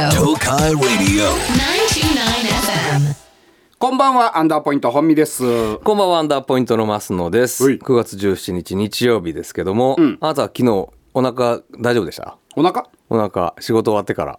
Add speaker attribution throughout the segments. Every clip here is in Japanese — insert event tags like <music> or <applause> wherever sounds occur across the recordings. Speaker 1: Sky Radio.
Speaker 2: 929FM.
Speaker 3: こんばんは、アンダーポイント本美です。
Speaker 4: こんばんは、アンダーポイントのマスノです。
Speaker 3: はい
Speaker 4: 9月17日日曜日ですけども、あなたは昨日お腹大丈夫でした
Speaker 3: お腹
Speaker 4: お腹仕事終わってから。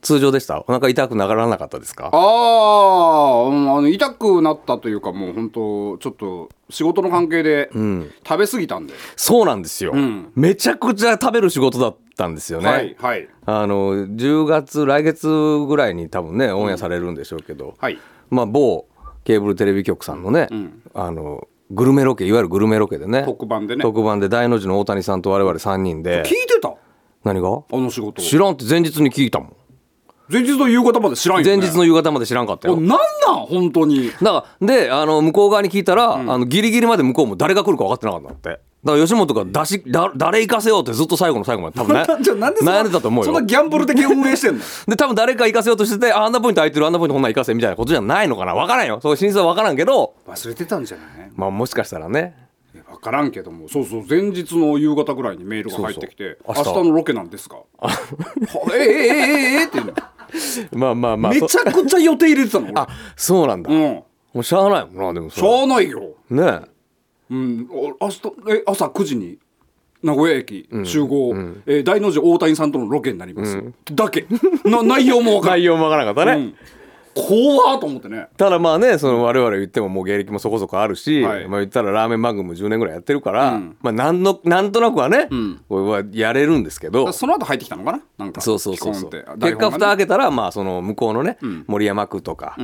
Speaker 4: 通常でしたお腹痛くならなかったですか
Speaker 3: ああ、うんあの痛くなったというか、もう本当ちょっと仕事の関係で食べ過ぎたんで。
Speaker 4: そうなんですよ、
Speaker 3: ん
Speaker 4: めちゃくちゃ食べる仕事だったんですよね。
Speaker 3: はい、はい、
Speaker 4: あの、10月、来月ぐらいに多分ね、オンエアされるんでしょうけど、
Speaker 3: はい。
Speaker 4: まあ、某ケーブルテレビ局さんのね、あの、グルメロケ、いわゆるグルメロケでね、
Speaker 3: 特番でね
Speaker 4: 特番で大の字の大谷さんと我々3人で
Speaker 3: 聞、いてた
Speaker 4: 何が
Speaker 3: あの仕事。
Speaker 4: 知らんって前日に聞いたもん。
Speaker 3: 前日の夕方まで知らんよ、ね。
Speaker 4: 前日の夕方まで知らんかった
Speaker 3: お
Speaker 4: よ。
Speaker 3: なんなん本当に。、
Speaker 4: だから、で、あの、向こう側に聞いたら、あの、ギリギリまで向こうも誰が来るか分かってなかったんだって。だから吉本が出し、だ、誰行かせようってずっと最後の最後まで多分ね
Speaker 3: <laughs> <laughs> じゃあなんでそ
Speaker 4: 悩んでたと思う
Speaker 3: そ
Speaker 4: よ
Speaker 3: んな。ギャンブル的運営してんの
Speaker 4: で、多分誰か行かせようとしてて、ああんなポイント空いてる、あんなポイントこんなん行かせみたいなことじゃないのかな。分からんよ。そう、真相は分からんけど、
Speaker 3: <laughs> 忘れてたんじゃない
Speaker 4: まあもしかしたらね。
Speaker 3: いや分からんけどもそうそう前日の夕方ぐらいにメールが入ってきて
Speaker 4: そうそう明日
Speaker 3: 明日のロケなんですか <laughs> はえええええええっていうの
Speaker 4: まあまあまあ。
Speaker 3: めちゃくちゃ予定入れてたの
Speaker 4: そ
Speaker 3: 俺
Speaker 4: あ、そうなんだ。
Speaker 3: う
Speaker 4: も
Speaker 3: ん
Speaker 4: うしゃあないもんな、でも
Speaker 3: しゃ
Speaker 4: そ
Speaker 3: あないよ
Speaker 4: う。ねえ
Speaker 3: うん、お明日え朝9時に名古屋駅集合、えー大の字大谷さんとのロケになります、だけな内容も分から
Speaker 4: <laughs> 内容も分からんかった
Speaker 3: な
Speaker 4: ね。
Speaker 3: い、うん、怖ーと思ってね
Speaker 4: ただまあねその我々言ってももう芸歴もそこそこあるし、
Speaker 3: はい
Speaker 4: まあ、言ったらラーメン番組も10年ぐらいやってるから、
Speaker 3: うん
Speaker 4: まあなんのなんとなくはね、これはやれるんですけど
Speaker 3: その後入ってきたのかななんか
Speaker 4: そうそうそうそう
Speaker 3: 基本って
Speaker 4: 結
Speaker 3: 台本
Speaker 4: 果蓋
Speaker 3: が
Speaker 4: 開
Speaker 3: ね
Speaker 4: けたらまあその向こうのね、森山区とか、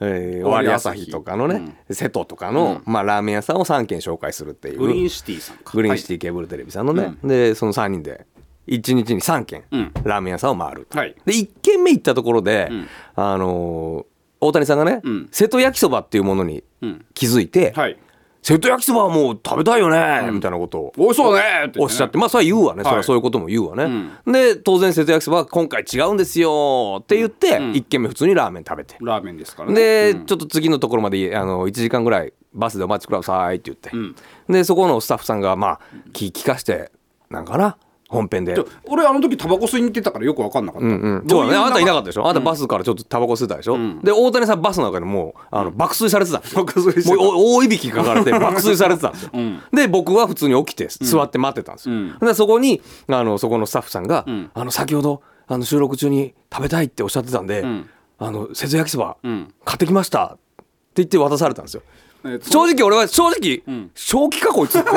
Speaker 4: えー、尾張朝日とかのね、瀬戸とかの、まあ、ラーメン屋さんを3軒紹介するっていう
Speaker 3: グリーンシティさんか
Speaker 4: グリーンシティケーブルテレビさんのね、でその3人で1日に3軒、
Speaker 3: ん
Speaker 4: ラーメン屋さんを回る、
Speaker 3: はい
Speaker 4: で1軒目行ったところで、あのー大谷さんがね、
Speaker 3: ん
Speaker 4: 瀬戸焼きそばっていうものに
Speaker 3: ん
Speaker 4: 気づいて、
Speaker 3: はい、はい、
Speaker 4: 瀬戸焼きそばはもう食べたいよね、みたいなことを
Speaker 3: おいしそうねーて言てね
Speaker 4: おっしゃってまあそれは言うわね、
Speaker 3: い
Speaker 4: それはそういうことも言うわね、で当然瀬戸焼きそばは今回違うんですよって言って、1軒目普通にラーメン食べて、
Speaker 3: ラーメンですからね
Speaker 4: で、ちょっと次のところまであの1時間ぐらいバスでお待ちくださいって言って、でそこのスタッフさんがまあ聞聞かしてなんかな本編で。
Speaker 3: 俺あの時タバコ吸いに行ってたからよく分かんなかった、
Speaker 4: うんうん、そうだね
Speaker 3: ど
Speaker 4: あなたいなか
Speaker 3: っ
Speaker 4: ったでしょあなたバスからちょっとタバコ吸ってたでしょ、で大谷さんバスの中でもうあの爆睡されてたんですよ
Speaker 3: 爆睡してた
Speaker 4: もうお大いびきかか <laughs> れて爆睡されてたんですよ、で僕は普通に起きて座って待ってたんですよ、でそこにあのそこのスタッフさんが、あの先ほどあの収録中に食べたいっておっしゃってたんで、あの瀬戸焼きそば買ってきましたって言って渡されたんですよ
Speaker 3: た、えー
Speaker 4: 正直俺は正直、正気かこいつって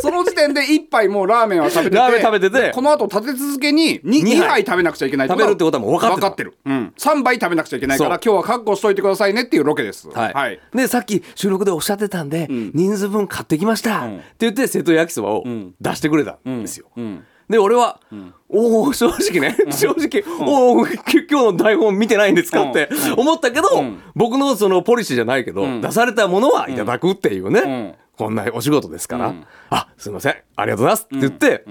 Speaker 3: その時点で一杯もうラーメンは食べてて
Speaker 4: ラーメン食べてて
Speaker 3: この後立て続けに 2,
Speaker 4: 二
Speaker 3: 2杯
Speaker 4: 杯
Speaker 3: 食べなくちゃいけない
Speaker 4: 食べるってことはもう分かってた
Speaker 3: るうん、3杯食べなくちゃいけないから
Speaker 4: そう
Speaker 3: 今日は覚悟しといてくださいねっていうロケです
Speaker 4: はいでさっき収録でおっしゃってたんで、人数分買ってきました、
Speaker 3: ん
Speaker 4: って言って瀬戸焼きそばを
Speaker 3: ん
Speaker 4: 出してくれたんですよ、
Speaker 3: うん
Speaker 4: で俺は、おお正直ね正直、おおき今日の台本見てないんですかって思ったけど、僕のそのポリシーじゃないけど、出されたものはいただくっていうね、
Speaker 3: ん
Speaker 4: こんなお仕事ですから、あすいませんありがとうございますって言って、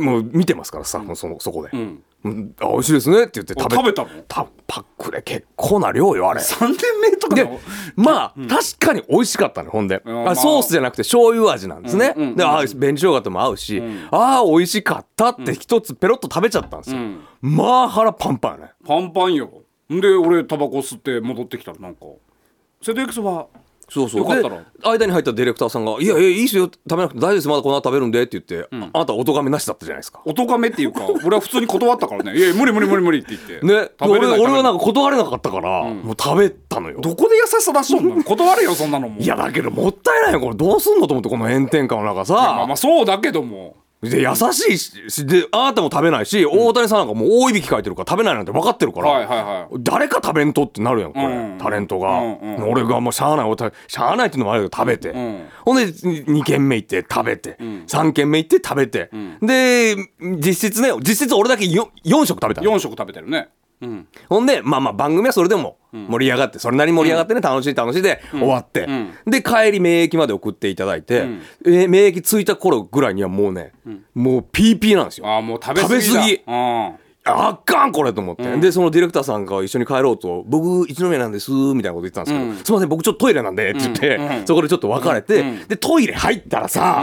Speaker 4: もう見てますからスタッフもそのそこで、
Speaker 3: ん
Speaker 4: うんあ美味しいですねって言って食べ
Speaker 3: 食べたの
Speaker 4: たパックで結構な量よあれ
Speaker 3: 3年目とか
Speaker 4: で
Speaker 3: の
Speaker 4: まあ、確かに美味しかったねほんで、
Speaker 3: んまあ
Speaker 4: あ、ソースじゃなくて醤油味なんですね、であ紅しょうがとも合うし、ああ美味しかったって一つペロッと食べちゃったんですよ、まあ腹パンパンやね
Speaker 3: パンパンよんで俺タバコ吸って戻ってきたらなんか「瀬戸エクスは
Speaker 4: そうそう
Speaker 3: よかったな
Speaker 4: で間に入ったディレクターさんが「いやいやいいっすよ食べなくて大丈夫ですまだこの後食べるんで」って言って、あなたお咎めなしだったじゃないですか
Speaker 3: おとがめ」っていう
Speaker 4: <laughs>
Speaker 3: か俺は普通に断ったからね「いやいや無理無理無理無理」って言って
Speaker 4: ね
Speaker 3: 食べれ
Speaker 4: 俺
Speaker 3: ない
Speaker 4: 俺はなん
Speaker 3: 食べれい
Speaker 4: か断れなかったから、もう食べたのよ
Speaker 3: どこで優しさ出しとんの断れよそんなのも
Speaker 4: いやだけどもったいないよこれどうすんのと思ってこの炎天下の中さ
Speaker 3: まあまあそうだけども
Speaker 4: で優しいししであなたも食べないし、大谷さんなんかもう大いびきかいてるから食べないなんて分かってるから、
Speaker 3: はいはいはい
Speaker 4: 誰か食べんとってなるやんこれ、
Speaker 3: うん
Speaker 4: タレントが、
Speaker 3: うんうん
Speaker 4: 俺がもうしゃあないおたしゃあないっていうのもあるけど食べて、
Speaker 3: ん
Speaker 4: ほんで2軒目行って食べて、3軒目行って食べて、で実質ね実質俺だけ 4, 四食食べたの
Speaker 3: 4食食べてるねうん
Speaker 4: ほんでまあまあ番組はそれでも盛り上がってそれなりに盛り上がってね、楽しい楽しいで終わって、で帰り免疫まで送っていただいて、えー免疫ついた頃ぐらいにはもうね、もうピーピーなんですよ
Speaker 3: ああもう食べ過ぎだ
Speaker 4: 食べ過ぎ
Speaker 3: うん
Speaker 4: あかんこれと思って、でそのディレクターさんが一緒に帰ろうと「僕一宮なんです」みたいなこと言ってたんですけど「すいません僕ちょっとトイレなんで」って言って、そこでちょっと別れて、でトイレ入ったらさ、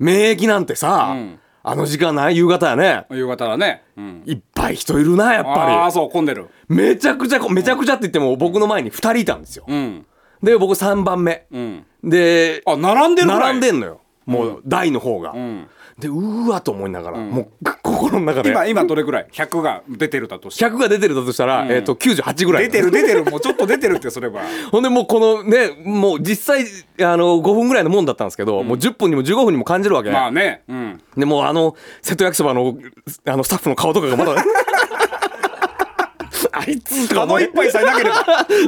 Speaker 4: 免疫なんてさ、あの時間ない夕方やね
Speaker 3: 夕方はね、うん、
Speaker 4: いっぱい人いるなやっ
Speaker 3: あ
Speaker 4: ぱ
Speaker 3: あそう混んでる
Speaker 4: りめちゃくちゃめちゃくちゃって言っても僕の前に2人いたんですよ
Speaker 3: うん
Speaker 4: で僕3番目
Speaker 3: うん
Speaker 4: で
Speaker 3: あ並んでるぐらい
Speaker 4: 並んでんのよもう台の方が
Speaker 3: ん
Speaker 4: でうーわと思いながらもう心の中で
Speaker 3: 今今どれぐらい100が出てるだとして
Speaker 4: 100が出てるだとしたらえーと98ぐらい
Speaker 3: 出てる出てるもうちょっと出てるってそれは
Speaker 4: ほんでもうこのねもう実際あの5分ぐらいのもんだったんですけどもう10分にも15分にも感じるわけ
Speaker 3: <laughs> まあねうん
Speaker 4: でもうあの瀬戸焼きそばのあのスタッフの顔とかがまだあいつと
Speaker 3: <laughs>
Speaker 4: か
Speaker 3: あ
Speaker 4: 思
Speaker 3: の
Speaker 4: い
Speaker 3: 一杯さえなけれ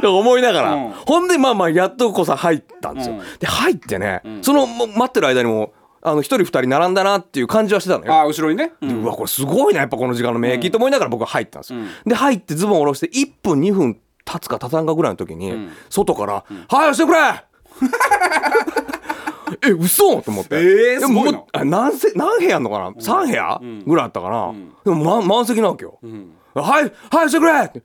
Speaker 3: ば
Speaker 4: 思いながら、
Speaker 3: うん
Speaker 4: ほんでまあまあやっとこうさ入ったんですよ、
Speaker 3: うん
Speaker 4: で入ってね、そのもう待ってる間にもあの一人二人並んだなっていう感じはしてたのよ
Speaker 3: ああ後ろにねう
Speaker 4: で
Speaker 3: ん
Speaker 4: うわこれすごいなやっぱこの時間の免疫と思いながら僕は入ったんですよ、で入ってズボン下ろして1分2分経つか経たんかぐらいの時に、外から「はい押してくれ! <laughs> え」嘘と思って、
Speaker 3: えー
Speaker 4: です
Speaker 3: ごいな
Speaker 4: もうあ何せ何部屋あんのかな、3部屋、ぐらいあったかな、でも満満席なわけよ「はいはい押してくれ!」って、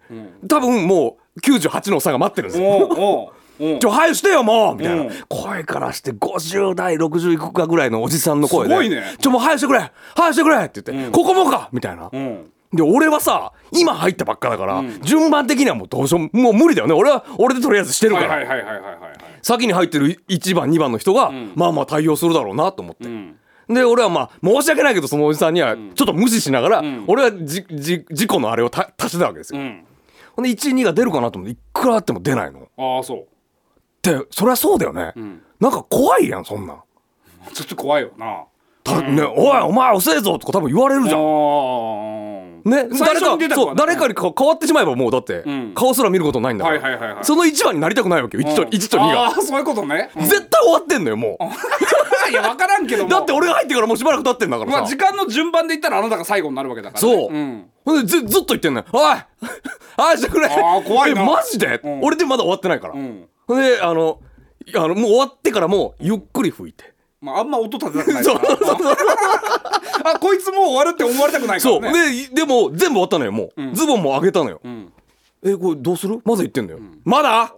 Speaker 4: 多分もう98のおっさんが待ってるんですよ
Speaker 3: おうおうおう
Speaker 4: ちょ、早くしてよ、もうみたいな、
Speaker 3: うん
Speaker 4: 声からして、50代、60いくかぐらいのおじさんの声
Speaker 3: す
Speaker 4: で。
Speaker 3: ごいね
Speaker 4: ちょ、もう早くしてくれ早くしてくれって言って、ここもかみたいな。
Speaker 3: うん
Speaker 4: で、俺はさ、今入ったばっかだから、順番的にはもうどうしよう、もう無理だよね。俺は、俺でとりあえずしてる
Speaker 3: はい
Speaker 4: から。
Speaker 3: はいはいはいはいはいはい
Speaker 4: 先に入ってる1番、2番の人が、まあまあ対応するだろうなと思って。
Speaker 3: ん
Speaker 4: で、俺はまあ、申し訳ないけど、そのおじさんには、ちょっと無視しながら、俺はじ、じ、事故のあれをた足してたわけです
Speaker 3: う
Speaker 4: よ。
Speaker 3: ん
Speaker 4: ほんで、1、2が出るかなと思って、いくらあっても出ないの。
Speaker 3: ああそ
Speaker 4: ってそりゃそうだよね、なんか怖いやんそんなん
Speaker 3: うちょっと怖いよな
Speaker 4: たね、おいお前遅えぞとか多分言われるじゃん
Speaker 3: あ
Speaker 4: ね、
Speaker 3: 最初
Speaker 4: 誰か
Speaker 3: に出た子
Speaker 4: そ
Speaker 3: は
Speaker 4: う
Speaker 3: ね
Speaker 4: 誰かにか変わってしまえばもうだって、
Speaker 3: ん
Speaker 4: 顔すら見ることないんだから、
Speaker 3: はいはいはいはい
Speaker 4: その1番になりたくないわけよ 1, と一と2
Speaker 3: あ
Speaker 4: が
Speaker 3: あーそういうことねうん
Speaker 4: 絶対終わってんのよもう
Speaker 3: いや分からんけども
Speaker 4: だって俺が入ってからもうしばらく経ってんだからさ、
Speaker 3: まあ時間の順番で言ったらあなたが最後になるわけだからね
Speaker 4: そう、
Speaker 3: ん
Speaker 4: ほんでずずっと言ってんのよ「おい <laughs> ああしてくれ!」
Speaker 3: あー怖いな
Speaker 4: えマジで、
Speaker 3: うん
Speaker 4: 俺でまだ終わってないから、
Speaker 3: ん
Speaker 4: ほんであのあのもう終わってからもゆっくり吹いて、
Speaker 3: まああんま音立てたくないか <laughs>
Speaker 4: そうそうそう
Speaker 3: らあこいつもう終わるって思われたくないか
Speaker 4: そ
Speaker 3: ら
Speaker 4: う
Speaker 3: ね
Speaker 4: ででも全部終わったのよもう、ズボンも上げたのよ、
Speaker 3: ん
Speaker 4: えこれどうするまだ言ってんのよ、まだ
Speaker 3: あ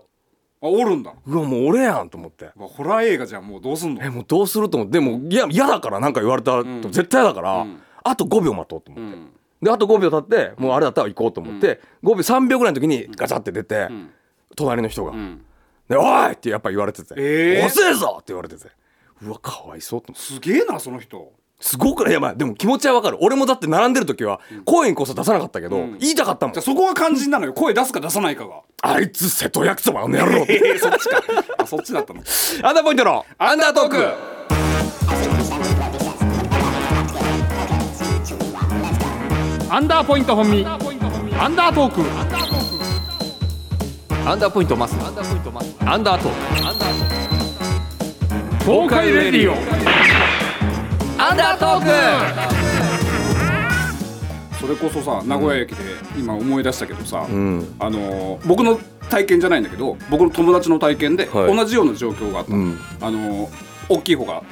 Speaker 3: おるんだ
Speaker 4: うわもう俺やんと思って
Speaker 3: うわホラー映画じゃんもうどうすんの
Speaker 4: えもうどうすると思ってでもいや嫌だからなんか言われたと、絶対だから、あと5秒待とうと思って、
Speaker 3: うん
Speaker 4: であと5秒経ってもうあれだったら行こうと思って、5秒3秒ぐらいの時にガチャって出て、隣の人が「
Speaker 3: ん
Speaker 4: でおい!」ってやっぱ言われてて「
Speaker 3: えー
Speaker 4: 遅えぞ!」って言われててうわかわいそうと思って
Speaker 3: すげえなその人
Speaker 4: すごくないやばいでも気持ちはわかる俺もだって並んでる時は声にこそ出さなかったけど、言いたかったもん
Speaker 3: じゃあそこが肝心なのよ声出すか出さないかが
Speaker 4: あいつ瀬戸焼きそばあの野
Speaker 3: <laughs>
Speaker 4: 郎って。
Speaker 3: えそっちかあそっちだったの
Speaker 4: アンダーポイントのアンダートーク。
Speaker 3: アンダーポイント本身アンダートーク
Speaker 4: アンダーポイントマス。アンダーポイントマス。アンダートーク。
Speaker 3: 東海レディオ
Speaker 4: アンダートーク。
Speaker 3: それこそさ名古屋駅で今思い出したけどさ、
Speaker 4: ん
Speaker 3: あのー僕の体験じゃないんだけど僕の友達の体験で
Speaker 4: はい
Speaker 3: 同じような状況があったの、
Speaker 4: うん
Speaker 3: あのー大きい方が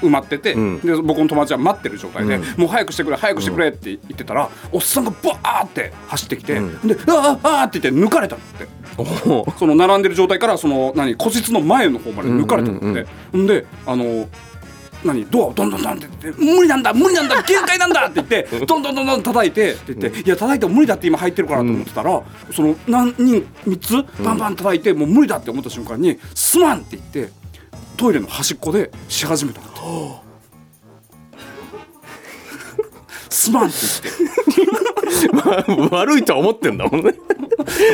Speaker 3: 埋まってて、
Speaker 4: ん
Speaker 3: で僕の友達は待ってる状態で、
Speaker 4: うん
Speaker 3: もう早くしてくれ早くしてくれって言ってたら、おっさんがバーって走ってきて、
Speaker 4: うん
Speaker 3: で「ああああ」って言って抜かれたのって
Speaker 4: お
Speaker 3: その並んでる状態からその何個室の前の方まで抜かれたのって、
Speaker 4: うんうん
Speaker 3: んであの何ドアをどんどんどんって言って「無理なんだ無理なんだ限界なんだ」って言ってどんどんどんどん叩いてって言って「いや叩いても無理だって今入ってるから」と思ってたら、その何人3つバンバン叩いてもう無理だって思った瞬間に「すまん!」って言ってトイレの端っこでし始めたのって「すまん!」って
Speaker 4: <laughs> お。 <laughs> 悪いとは思ってんだ
Speaker 3: <laughs>
Speaker 4: もんね。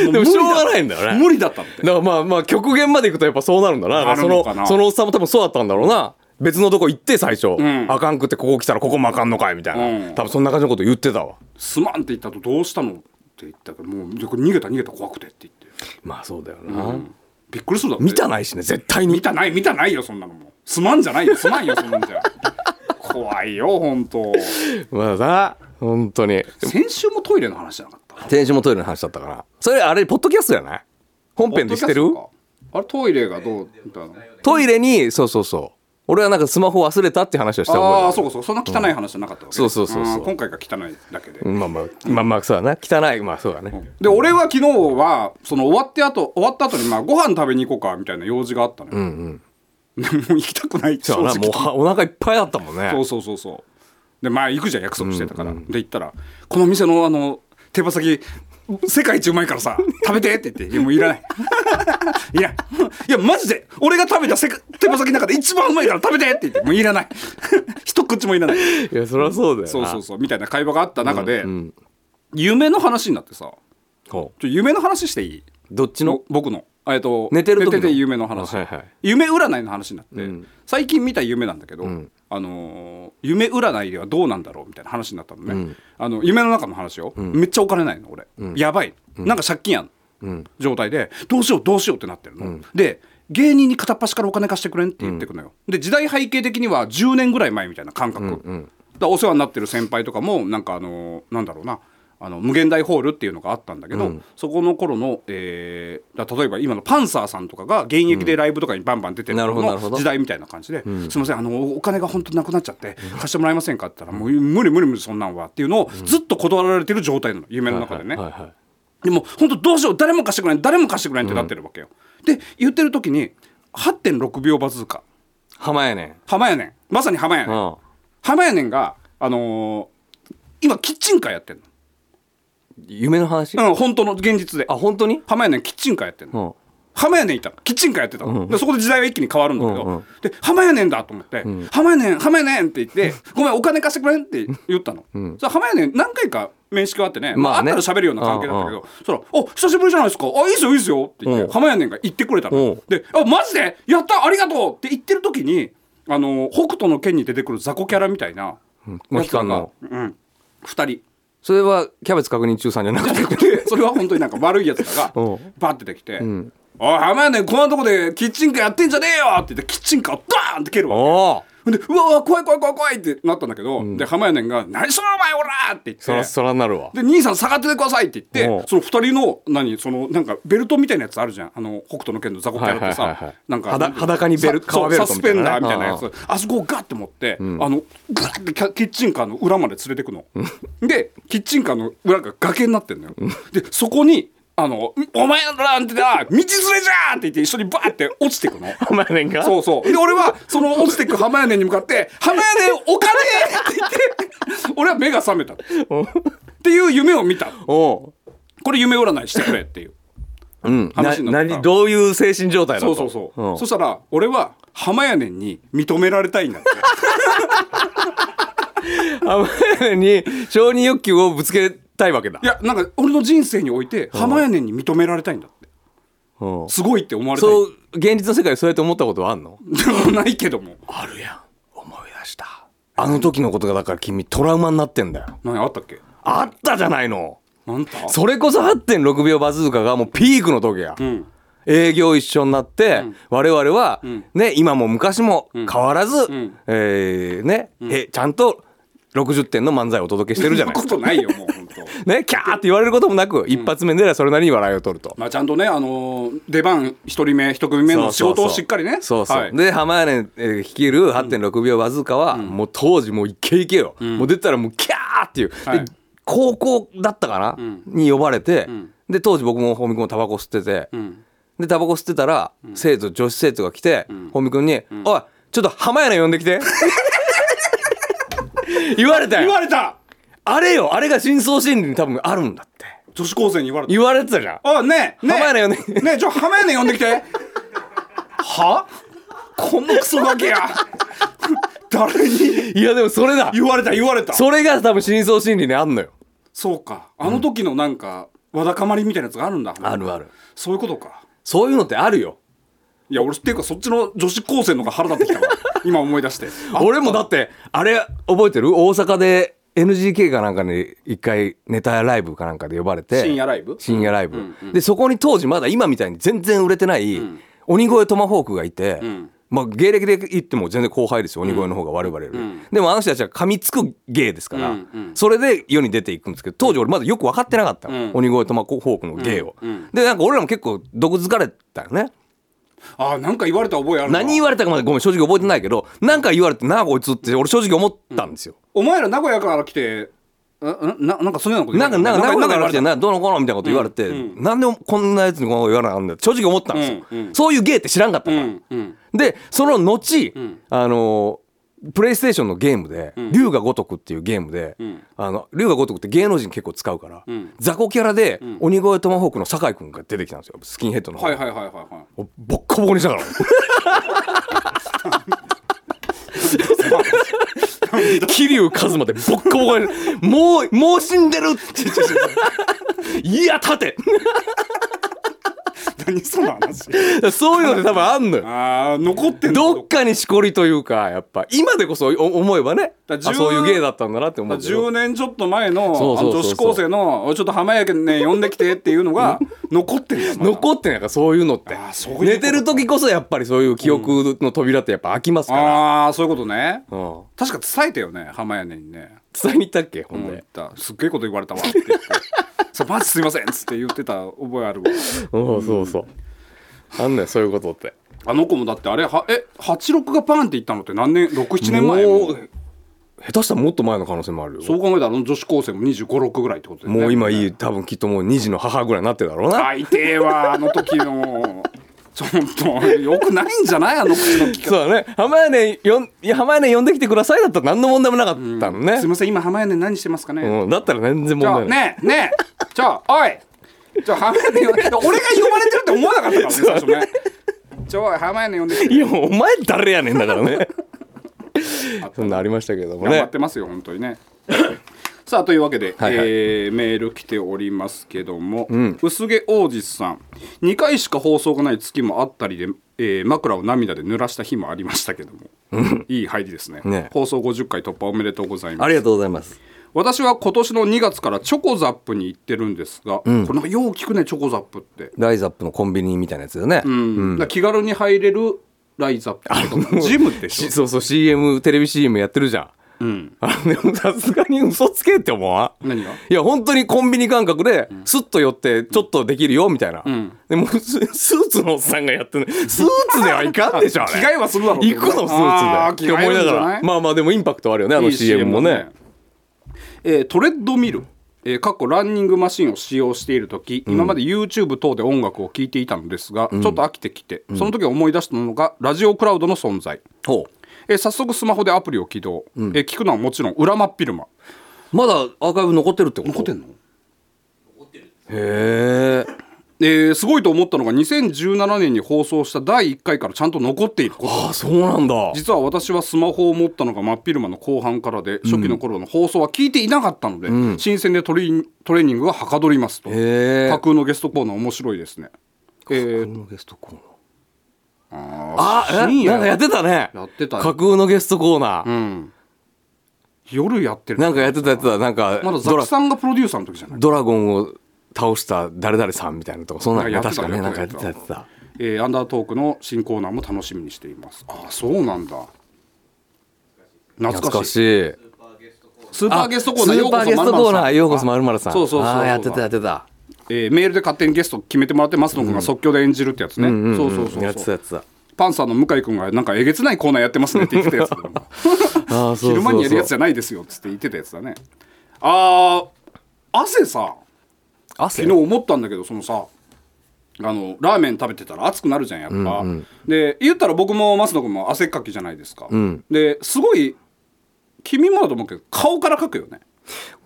Speaker 3: 言って
Speaker 4: でも
Speaker 3: 無理
Speaker 4: しょうがないんだよね
Speaker 3: 無理だったのって
Speaker 4: だからまあまあ極限までいくとやっぱそうなるんだな。
Speaker 3: なる
Speaker 4: そ
Speaker 3: の
Speaker 4: の
Speaker 3: かな
Speaker 4: そのおっさんも多分そうだったんだろうな。別のとこ行って最初、
Speaker 3: ん
Speaker 4: あかんくってここ来たらここもあかんのかいみたいな、
Speaker 3: うん
Speaker 4: 多分そんな感じのこと言ってたわ
Speaker 3: すまんって言ったとどうしたのって言ったからもうでこれ逃げた逃げた怖くてって言って、
Speaker 4: まあそうだよな、
Speaker 3: びっくりするだろ
Speaker 4: 見たないしね絶対
Speaker 3: 見
Speaker 4: に
Speaker 3: たない見たないよそんなのもうすまんじゃないよすまんよそんなんじゃ怖いよ本当
Speaker 4: まあさ本当に
Speaker 3: 先週もトイレの話じゃなかった
Speaker 4: 先週もトイレの話だったからそれあれポッドキャストじゃない本編でしてる
Speaker 3: ポッドキャストかあれトイレがどうみたいな
Speaker 4: トイレにそうそうそう俺はなんかスマホ忘れたって話をした覚え
Speaker 3: あ
Speaker 4: が
Speaker 3: あそうかそうかそんな汚い話じゃなかったわけね、
Speaker 4: そうそうそうそうん
Speaker 3: 今回が汚いだけで、
Speaker 4: うんまあまあまあまあそうだな汚いまあそうだね
Speaker 3: で俺は昨日はその終わってあと終わった後にまあご飯食べに行こうかみたいな用事があったのよ、
Speaker 4: うんうん
Speaker 3: <laughs> でもう行きたくない
Speaker 4: そうだなもうはお腹いっぱいだったもんね
Speaker 3: そうそうそうそうでまあ行くじゃん約束してたから、で行ったらこの店のあの手羽先世界一うまいから <laughs> さ食べてって言って「いやもういらない」いやいやマジで俺が食べたせか手羽先の中で一番うまいから食べてって言って「もういらない」 <laughs> 一口もいらない
Speaker 4: いやそりゃそうだよな
Speaker 3: そうそうそうみたいな会話があった中で、夢の話になってさ
Speaker 4: ほう
Speaker 3: ちょ夢の話していい
Speaker 4: どっちの
Speaker 3: ぼ僕のえっと
Speaker 4: 寝てる時の
Speaker 3: 寝てて夢の話、
Speaker 4: あはいはい
Speaker 3: 夢占いの話になって、
Speaker 4: ん
Speaker 3: 最近見た夢なんだけど、
Speaker 4: ん
Speaker 3: あのー夢占いではどうなんだろうみたいな話になったのね、
Speaker 4: ん
Speaker 3: あの夢の中の話よ、めっちゃお金ないの俺、やばいなんか借金やん、
Speaker 4: うん
Speaker 3: 状態でどうしようどうしようってなってるの、で芸人に片っ端からお金貸してくれんって言ってくのよ、で時代背景的には10年ぐらい前みたいな感覚、だからお世話になってる先輩とかもなんかあのなんだろうなあの無限大ホールっていうのがあったんだけど、そこの頃の、えーだから例えば今のパンサーさんとかが現役でライブとかにバンバン出てる
Speaker 4: なるほどなる
Speaker 3: 頃
Speaker 4: ほ
Speaker 3: の
Speaker 4: ど
Speaker 3: 時代みたいな感じで「すいませんあのお金が本当なくなっちゃって貸してもらえませんか?」って言ったら「もう無理無理無理そんなんは」っていうのをずっと断られてる状態なの夢の中でね。
Speaker 4: はいはいはい
Speaker 3: でも本当どうしよう誰も貸してくれない誰も貸してくれないってなってるわけよ。で言ってる時に8.6秒バズーカ
Speaker 4: 浜やねん
Speaker 3: 浜やねんまさに浜やねん、
Speaker 4: うん
Speaker 3: 浜やねんが、あのー今キッチンカーやってん
Speaker 4: 夢の話
Speaker 3: の、うん、本当の現実で
Speaker 4: あ本当に
Speaker 3: 浜やねんキッチンカーやってんの、
Speaker 4: うん
Speaker 3: 浜やねんいたのキッチンカーやってたの、
Speaker 4: ん
Speaker 3: でそこで時代は一気に変わるんだけど、
Speaker 4: うんうん
Speaker 3: で浜やねんだと思って「浜やねん浜やねん」って言
Speaker 4: <laughs>
Speaker 3: って「ごめんお金貸してくれん」って言ったの、そしたら浜やねん何回か面識はあってね,、ま
Speaker 4: ま
Speaker 3: あ
Speaker 4: あね
Speaker 3: 会ったら喋るような関係だったけ
Speaker 4: う
Speaker 3: ど、
Speaker 4: んう
Speaker 3: そら「お久しぶりじゃないですかあいいですよいいですよ」って言っ
Speaker 4: うん
Speaker 3: て浜やねんが言ってくれた
Speaker 4: う
Speaker 3: の
Speaker 4: ん
Speaker 3: で「あマジでやったありがとう」って言ってる時にあの北斗の拳に出てくる雑魚キャラみたいな
Speaker 4: うんモヒカンの
Speaker 3: やつらがうん、2人。
Speaker 4: それはキャベツ確認中さんじゃな
Speaker 3: <laughs>
Speaker 4: くて
Speaker 3: それは本当になんか悪いやつらが
Speaker 4: うん
Speaker 3: バッてできて「おい浜やねんこんなとこでキッチンカーやってんじゃねえよ!」って言ってキッチンカーをダーンって蹴るわ
Speaker 4: おお
Speaker 3: けで「うわうわ怖い怖い怖い怖い!」ってなったんだけど、で浜やねんが「何しろお前おら!」って言って
Speaker 4: そらそらなるわ
Speaker 3: で兄さん下がっててくださいって言っ
Speaker 4: お
Speaker 3: て
Speaker 4: う
Speaker 3: その2人の何そのなんかベルトみたいなやつあるじゃんあの北斗の拳の雑魚キャラって
Speaker 4: はい
Speaker 3: さ
Speaker 4: はいはいはい
Speaker 3: なんか
Speaker 4: 裸裸にベル
Speaker 3: さ
Speaker 4: 革ベルト
Speaker 3: そうサス
Speaker 4: み
Speaker 3: ペ
Speaker 4: たい
Speaker 3: ン
Speaker 4: な
Speaker 3: ダー
Speaker 4: ね
Speaker 3: みたいなやつあそこをガッて持って、あのガッてキャキッチンカーの裏まで連れてくのでキッチンカーの裏が崖になってんのよでそこにあの「お前らんてだ道連れじゃん!」って言って一緒にバーって落ちてくの
Speaker 4: 浜やねんが
Speaker 3: そうそう。で、俺は、その落ちてく浜屋根に向かって、浜屋根お金って言って、俺は目が覚めた。っていう夢を見た。
Speaker 4: お
Speaker 3: これ夢占いしてくれっていう。
Speaker 4: ううんな
Speaker 3: 話になった
Speaker 4: 何どういう精神状態だ
Speaker 3: そ
Speaker 4: と
Speaker 3: うそうそう。
Speaker 4: ん
Speaker 3: そしたら、俺は浜屋根に認められたいんだって。
Speaker 4: 浜やねんに承認欲求をぶつけたいわけだ
Speaker 3: いや、なんか、俺の人生において、浜屋根に認められたいんだって。
Speaker 4: うん
Speaker 3: すごいって思われたい。
Speaker 4: そう現実の世界でそうやって思ったことはあんの
Speaker 3: でもないけども。
Speaker 4: あるやん思い出したあの時のことがだから君トラウマになってんだよ
Speaker 3: 何あったっけ
Speaker 4: あったじゃないの
Speaker 3: なんだ
Speaker 4: それこそ8.6秒バズーカがもうピークの時や、
Speaker 3: ん
Speaker 4: 営業一緒になって、我々は、ね今も昔も変わらず、
Speaker 3: ん
Speaker 4: えーね、えちゃんと60点の漫才をお届けしてるじゃない
Speaker 3: <laughs> そんなことないよ、もう、本当。
Speaker 4: ねキャーって言われることもなく、一発目でそれなりに笑いを取ると。
Speaker 3: まあ、ちゃんとね、あのー出番一人目、一組目の仕事をしっかりね。
Speaker 4: そうそう、
Speaker 3: はい
Speaker 4: で浜谷ねえー率いる8.6秒わずかは、もう当時もうイケイケよ、もう出たらもうキャーっていう、
Speaker 3: はい
Speaker 4: で高校だったかな、に呼ばれて、で当時僕も本見君もタバコ吸ってて、
Speaker 3: ん
Speaker 4: でタバコ吸ってたら、生徒女子生徒が来て、本見君に、おいちょっと浜谷ね呼んでき <laughs> て」言われた
Speaker 3: 言
Speaker 4: よ
Speaker 3: われた
Speaker 4: あれよあれが真相心理に多分あるんだって
Speaker 3: 女子高生に言われた
Speaker 4: 言われてたじゃん
Speaker 3: あねえねえ
Speaker 4: 浜やねん呼んできて
Speaker 3: ねえちょ浜やねん呼んできてはこのクソガキや <laughs> 誰に
Speaker 4: いやでもそれだ
Speaker 3: 言われた言われたそ
Speaker 4: それが多分真相心理にあんのよ
Speaker 3: うかあの時のなんか、わだかまりみたいなやつがあるんだ
Speaker 4: あるある
Speaker 3: そういうことか
Speaker 4: そういうのってあるよ
Speaker 3: いや俺っていうかそっちの女子高生の方が腹立って
Speaker 4: <laughs>
Speaker 3: きたわ今思い出してあ
Speaker 4: 俺もだってあれ覚えてる大阪で NGK かなんかに一回ネタライブかなんかで呼ばれて
Speaker 3: 深夜ライブ
Speaker 4: 深夜ライブ、でそこに当時まだ今みたいに全然売れてない鬼越トマホークがいて、
Speaker 3: ん
Speaker 4: まあ、芸歴で言っても全然後輩ですよ鬼越の方が我々より、でもあの人たちは噛みつく芸ですから、
Speaker 3: うんうん
Speaker 4: それで世に出ていくんですけど当時俺まだよく分かってなかったの、
Speaker 3: うん
Speaker 4: 鬼越トマホークの芸を、
Speaker 3: うんうん
Speaker 4: でなんか俺らも結構毒づかれたよね
Speaker 3: あなんか言われた覚えあるな
Speaker 4: 何言われたかまでごめん正直覚えてないけどなんか言われてなあこいつって俺正直思ったんですよ、
Speaker 3: お前ら名古屋から来てんんななんかそのようなこと
Speaker 4: なんか、なんか、なんか、なんか、
Speaker 3: た
Speaker 4: なんかどうのこうのみたいなこと言われて、
Speaker 3: うん
Speaker 4: なんでこんなやつにこんなこと言わなあかんだよって正直思ったんですよ。
Speaker 3: うんうん
Speaker 4: そういう芸って知らんかった
Speaker 3: う
Speaker 4: から。
Speaker 3: んうん
Speaker 4: で、その後、
Speaker 3: ん
Speaker 4: あのープレイステーションのゲームで「龍が如く」っていうゲームで
Speaker 3: ん
Speaker 4: あの龍が如くって芸能人結構使うから
Speaker 3: ん
Speaker 4: 雑魚キャラで鬼越トマホークの酒井君が出てきたんですよスキンヘッドの
Speaker 3: はいはいはいはいはい
Speaker 4: もうボッコボコにしたから桐生一馬でボッコボコにもうもう死んでるっていや立て
Speaker 3: 何その話
Speaker 4: そういうので多分あんのよ
Speaker 3: あー残ってんの
Speaker 4: どっかにしこりというかやっぱ今でこそお思えばね
Speaker 3: だ
Speaker 4: あ
Speaker 3: から10
Speaker 4: そういう芸だったんだなって思うけど
Speaker 3: 10年ちょっと前の
Speaker 4: そう
Speaker 3: あ
Speaker 4: そ
Speaker 3: の
Speaker 4: うそうそう
Speaker 3: 女子高生の「おいちょっと浜やけんね呼んできて」っていうの
Speaker 4: <laughs>
Speaker 3: が残ってるよまだ
Speaker 4: 残ってんやからそういうのって
Speaker 3: あーそういうこと
Speaker 4: 寝てる時こそやっぱりそういう記憶の扉ってやっぱ開きますから、
Speaker 3: ああそういうことね
Speaker 4: うん、
Speaker 3: 確か伝えたよね浜屋根にね
Speaker 4: 伝えに行ったっけほん
Speaker 3: 思っ
Speaker 4: で、
Speaker 3: たすっげえこと言われたわって言って <laughs> 「そうマジすいません」っつって言ってた覚えあるわ
Speaker 4: うん、そうそうあんねんそういうことって
Speaker 3: あの子もだってあれはえ86がパーンって言ったのって何年67年前
Speaker 4: も
Speaker 3: も
Speaker 4: う下手したらもっと前の可能性もあるよ
Speaker 3: そう考えたらあの女子高生も2 5六ぐらいってことで、ね、
Speaker 4: もう今いい多分きっともう2児の母ぐらいになってるだろうな
Speaker 3: 大抵はあの時の <laughs> ちょっとよくないんじゃないあの口の聞き方
Speaker 4: そうだね浜屋根よんいや浜屋根呼んできてくださいだったら何の問題もなかったのね
Speaker 3: すい、ません今浜屋根何してますかね、
Speaker 4: うん、だったら全然
Speaker 3: じ
Speaker 4: 問
Speaker 3: ゃあ
Speaker 4: 題ない、
Speaker 3: ねえ <laughs> ねえじゃあおいじゃあ浜屋根呼んで俺が呼ばれてるって思わなかったからね最初ねちょ浜屋根呼んできて
Speaker 4: いやもうお前誰やねんだか
Speaker 3: <laughs>
Speaker 4: らねそんなありましたけども
Speaker 3: 頑張
Speaker 4: ね
Speaker 3: ってますよ、本当にねさあというわけで、
Speaker 4: はいはい
Speaker 3: えーメール来ておりますけども、薄毛王子さん2回しか放送がない月もあったりで、えー枕を涙で濡らした日もありましたけどもいい入りですね
Speaker 4: ね
Speaker 3: 放送50回突破おめでとうございます
Speaker 4: ありがとうございます
Speaker 3: 私は今年の2月からチョコザップに行ってるんですが、これなんかよう聞くねチョコザップって、
Speaker 4: ライザップのコンビニみたいなやつだよね、
Speaker 3: うんだから気軽に入れるライザップとかジムでしょ
Speaker 4: し <laughs> そうそう CM テレビ CM やってるじゃん
Speaker 3: うん
Speaker 4: あでもさすがに嘘つけって思わん
Speaker 3: 何が
Speaker 4: いや本当にコンビニ感覚でスッと寄ってちょっとできるよみたいな、
Speaker 3: ん
Speaker 4: でもススーツのおっさんがやってるスーツではいかんでしょあれ
Speaker 3: 着 <laughs> 替えはするだろうけ
Speaker 4: 行
Speaker 3: ど
Speaker 4: く
Speaker 3: ね
Speaker 4: のス
Speaker 3: あ
Speaker 4: ー
Speaker 3: ー
Speaker 4: ツ
Speaker 3: 着
Speaker 4: で
Speaker 3: 替え
Speaker 4: 思い
Speaker 3: る
Speaker 4: なん
Speaker 3: じ
Speaker 4: が
Speaker 3: ゃない
Speaker 4: らまあまあでもインパクトあるよねあの
Speaker 3: いい
Speaker 4: CM もね
Speaker 3: えートレッドミル、えー、かっこランニングマシンを使用している時、今まで YouTube 等で音楽を聴いていたのですが、ちょっと飽きてきて、その時思い出したのがラジオクラウドの存在、
Speaker 4: ほ
Speaker 3: えー早速スマホでアプリを起動、えー聞くのはもちろん裏真っ昼間
Speaker 4: うまだアーカイブ残ってるってこと
Speaker 3: 残ってんの
Speaker 4: へえ
Speaker 3: えーすごいと思ったのが2017年に放送した第1回からちゃんと残っていること
Speaker 4: ああそうなんだ
Speaker 3: 実は私はスマホを持ったのが真っ昼間の後半からで初期の頃の放送は聞いていなかったので、新鮮でトレイントレーニングがはかどりますと
Speaker 4: へえ
Speaker 3: 架空のゲストコーナー面白いですね。えー、
Speaker 4: のゲストコーナー
Speaker 3: あ
Speaker 4: あ
Speaker 3: 深
Speaker 4: え
Speaker 3: 夜
Speaker 4: なんかやってたね
Speaker 3: やってたよ
Speaker 4: 架空のゲストコーナー、
Speaker 3: うん、夜やってる
Speaker 4: なんかやってたやってたなんか
Speaker 3: まだザ
Speaker 4: ドラ
Speaker 3: クさんがプロデューサーの時じゃない、
Speaker 4: ドラゴンを倒した誰々さんみたいなとかそんなのね
Speaker 3: なんかやっ
Speaker 4: 確
Speaker 3: てた
Speaker 4: かねなんか
Speaker 3: や
Speaker 4: やっ
Speaker 3: ってて
Speaker 4: た
Speaker 3: た
Speaker 4: やってた
Speaker 3: えーアンダートークの新コーナーも楽しみにしていますあーそうなんだ懐
Speaker 4: 懐
Speaker 3: か
Speaker 4: か
Speaker 3: しい
Speaker 4: しい
Speaker 3: スーパーゲストコーナー
Speaker 4: あスーパーゲストコーナーようこそまるまるさ
Speaker 3: あ
Speaker 4: ん
Speaker 3: そうそうそうそう
Speaker 4: あーやってたやってた
Speaker 3: えーメールで勝手にゲスト決めてもらって松野君が即興で演じるってやつね、そうそうそう
Speaker 4: やってた
Speaker 3: そ
Speaker 4: や
Speaker 3: う
Speaker 4: ってた
Speaker 3: パンサーの向井君がなんかえげつないコーナーやってますねって言ってたやつだ
Speaker 4: <laughs>
Speaker 3: もん
Speaker 4: あーそうそうそう
Speaker 3: 昼間にやるやつじゃないですよっつって言ってたやつだねあー汗さ
Speaker 4: 汗
Speaker 3: 昨日思ったんだけどそのさあのラーメン食べてたら熱くなるじゃんやっぱ、で言ったら僕も松野君も汗っかきじゃないですか、ですごい君もだと思うけど顔からかくよね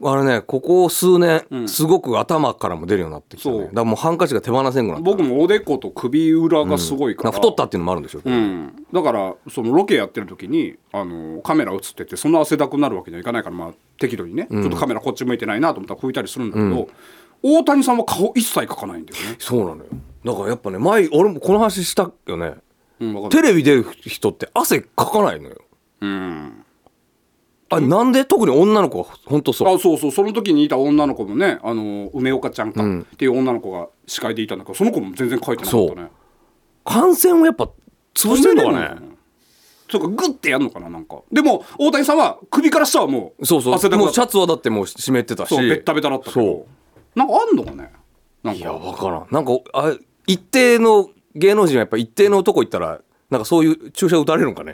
Speaker 4: あれねここ数年、すごく頭からも出るようになってきたね
Speaker 3: そう
Speaker 4: だからもうハンカチが手放せんくなった
Speaker 3: 僕もおでこと首裏がすごいから、
Speaker 4: なんか太ったっていうのもあるんでしょ、
Speaker 3: うん、だからそのロケやってる時にあのカメラ映っててそんな汗だくになるわけにはいかないから、まあ、適度にね、ちょっとカメラこっち向いてないなと思ったら拭いたりするんだけど、大谷さんは顔一切描かないんだよね。
Speaker 4: そうなのよだからやっぱね前俺もこの話したよね
Speaker 3: うん、わかる
Speaker 4: テレビ出る人って汗かかないのよ
Speaker 3: うん、
Speaker 4: あれなんで特に女の子はほんとそう
Speaker 3: あそうそうその時にいた女の子もねあの梅岡ちゃんかっていう女の子が司会でいたんだけどその子も全然描いてなかったね。
Speaker 4: 感染をやっぱ潰してるのかね
Speaker 3: そうかグッてやるのかななんかでも大谷さんは首から下はもう
Speaker 4: そうそう
Speaker 3: 汗だく
Speaker 4: も
Speaker 3: だ
Speaker 4: うシャツはだってもう湿ってたし
Speaker 3: そうベッタベタだったけど
Speaker 4: そ
Speaker 3: なんかあんのかねなん
Speaker 4: ういや
Speaker 3: か
Speaker 4: わからんなんかあ一定の芸能人はやっぱ一定のとこ行ったらなんかそういう注射打たれる
Speaker 3: <laughs>
Speaker 4: んかね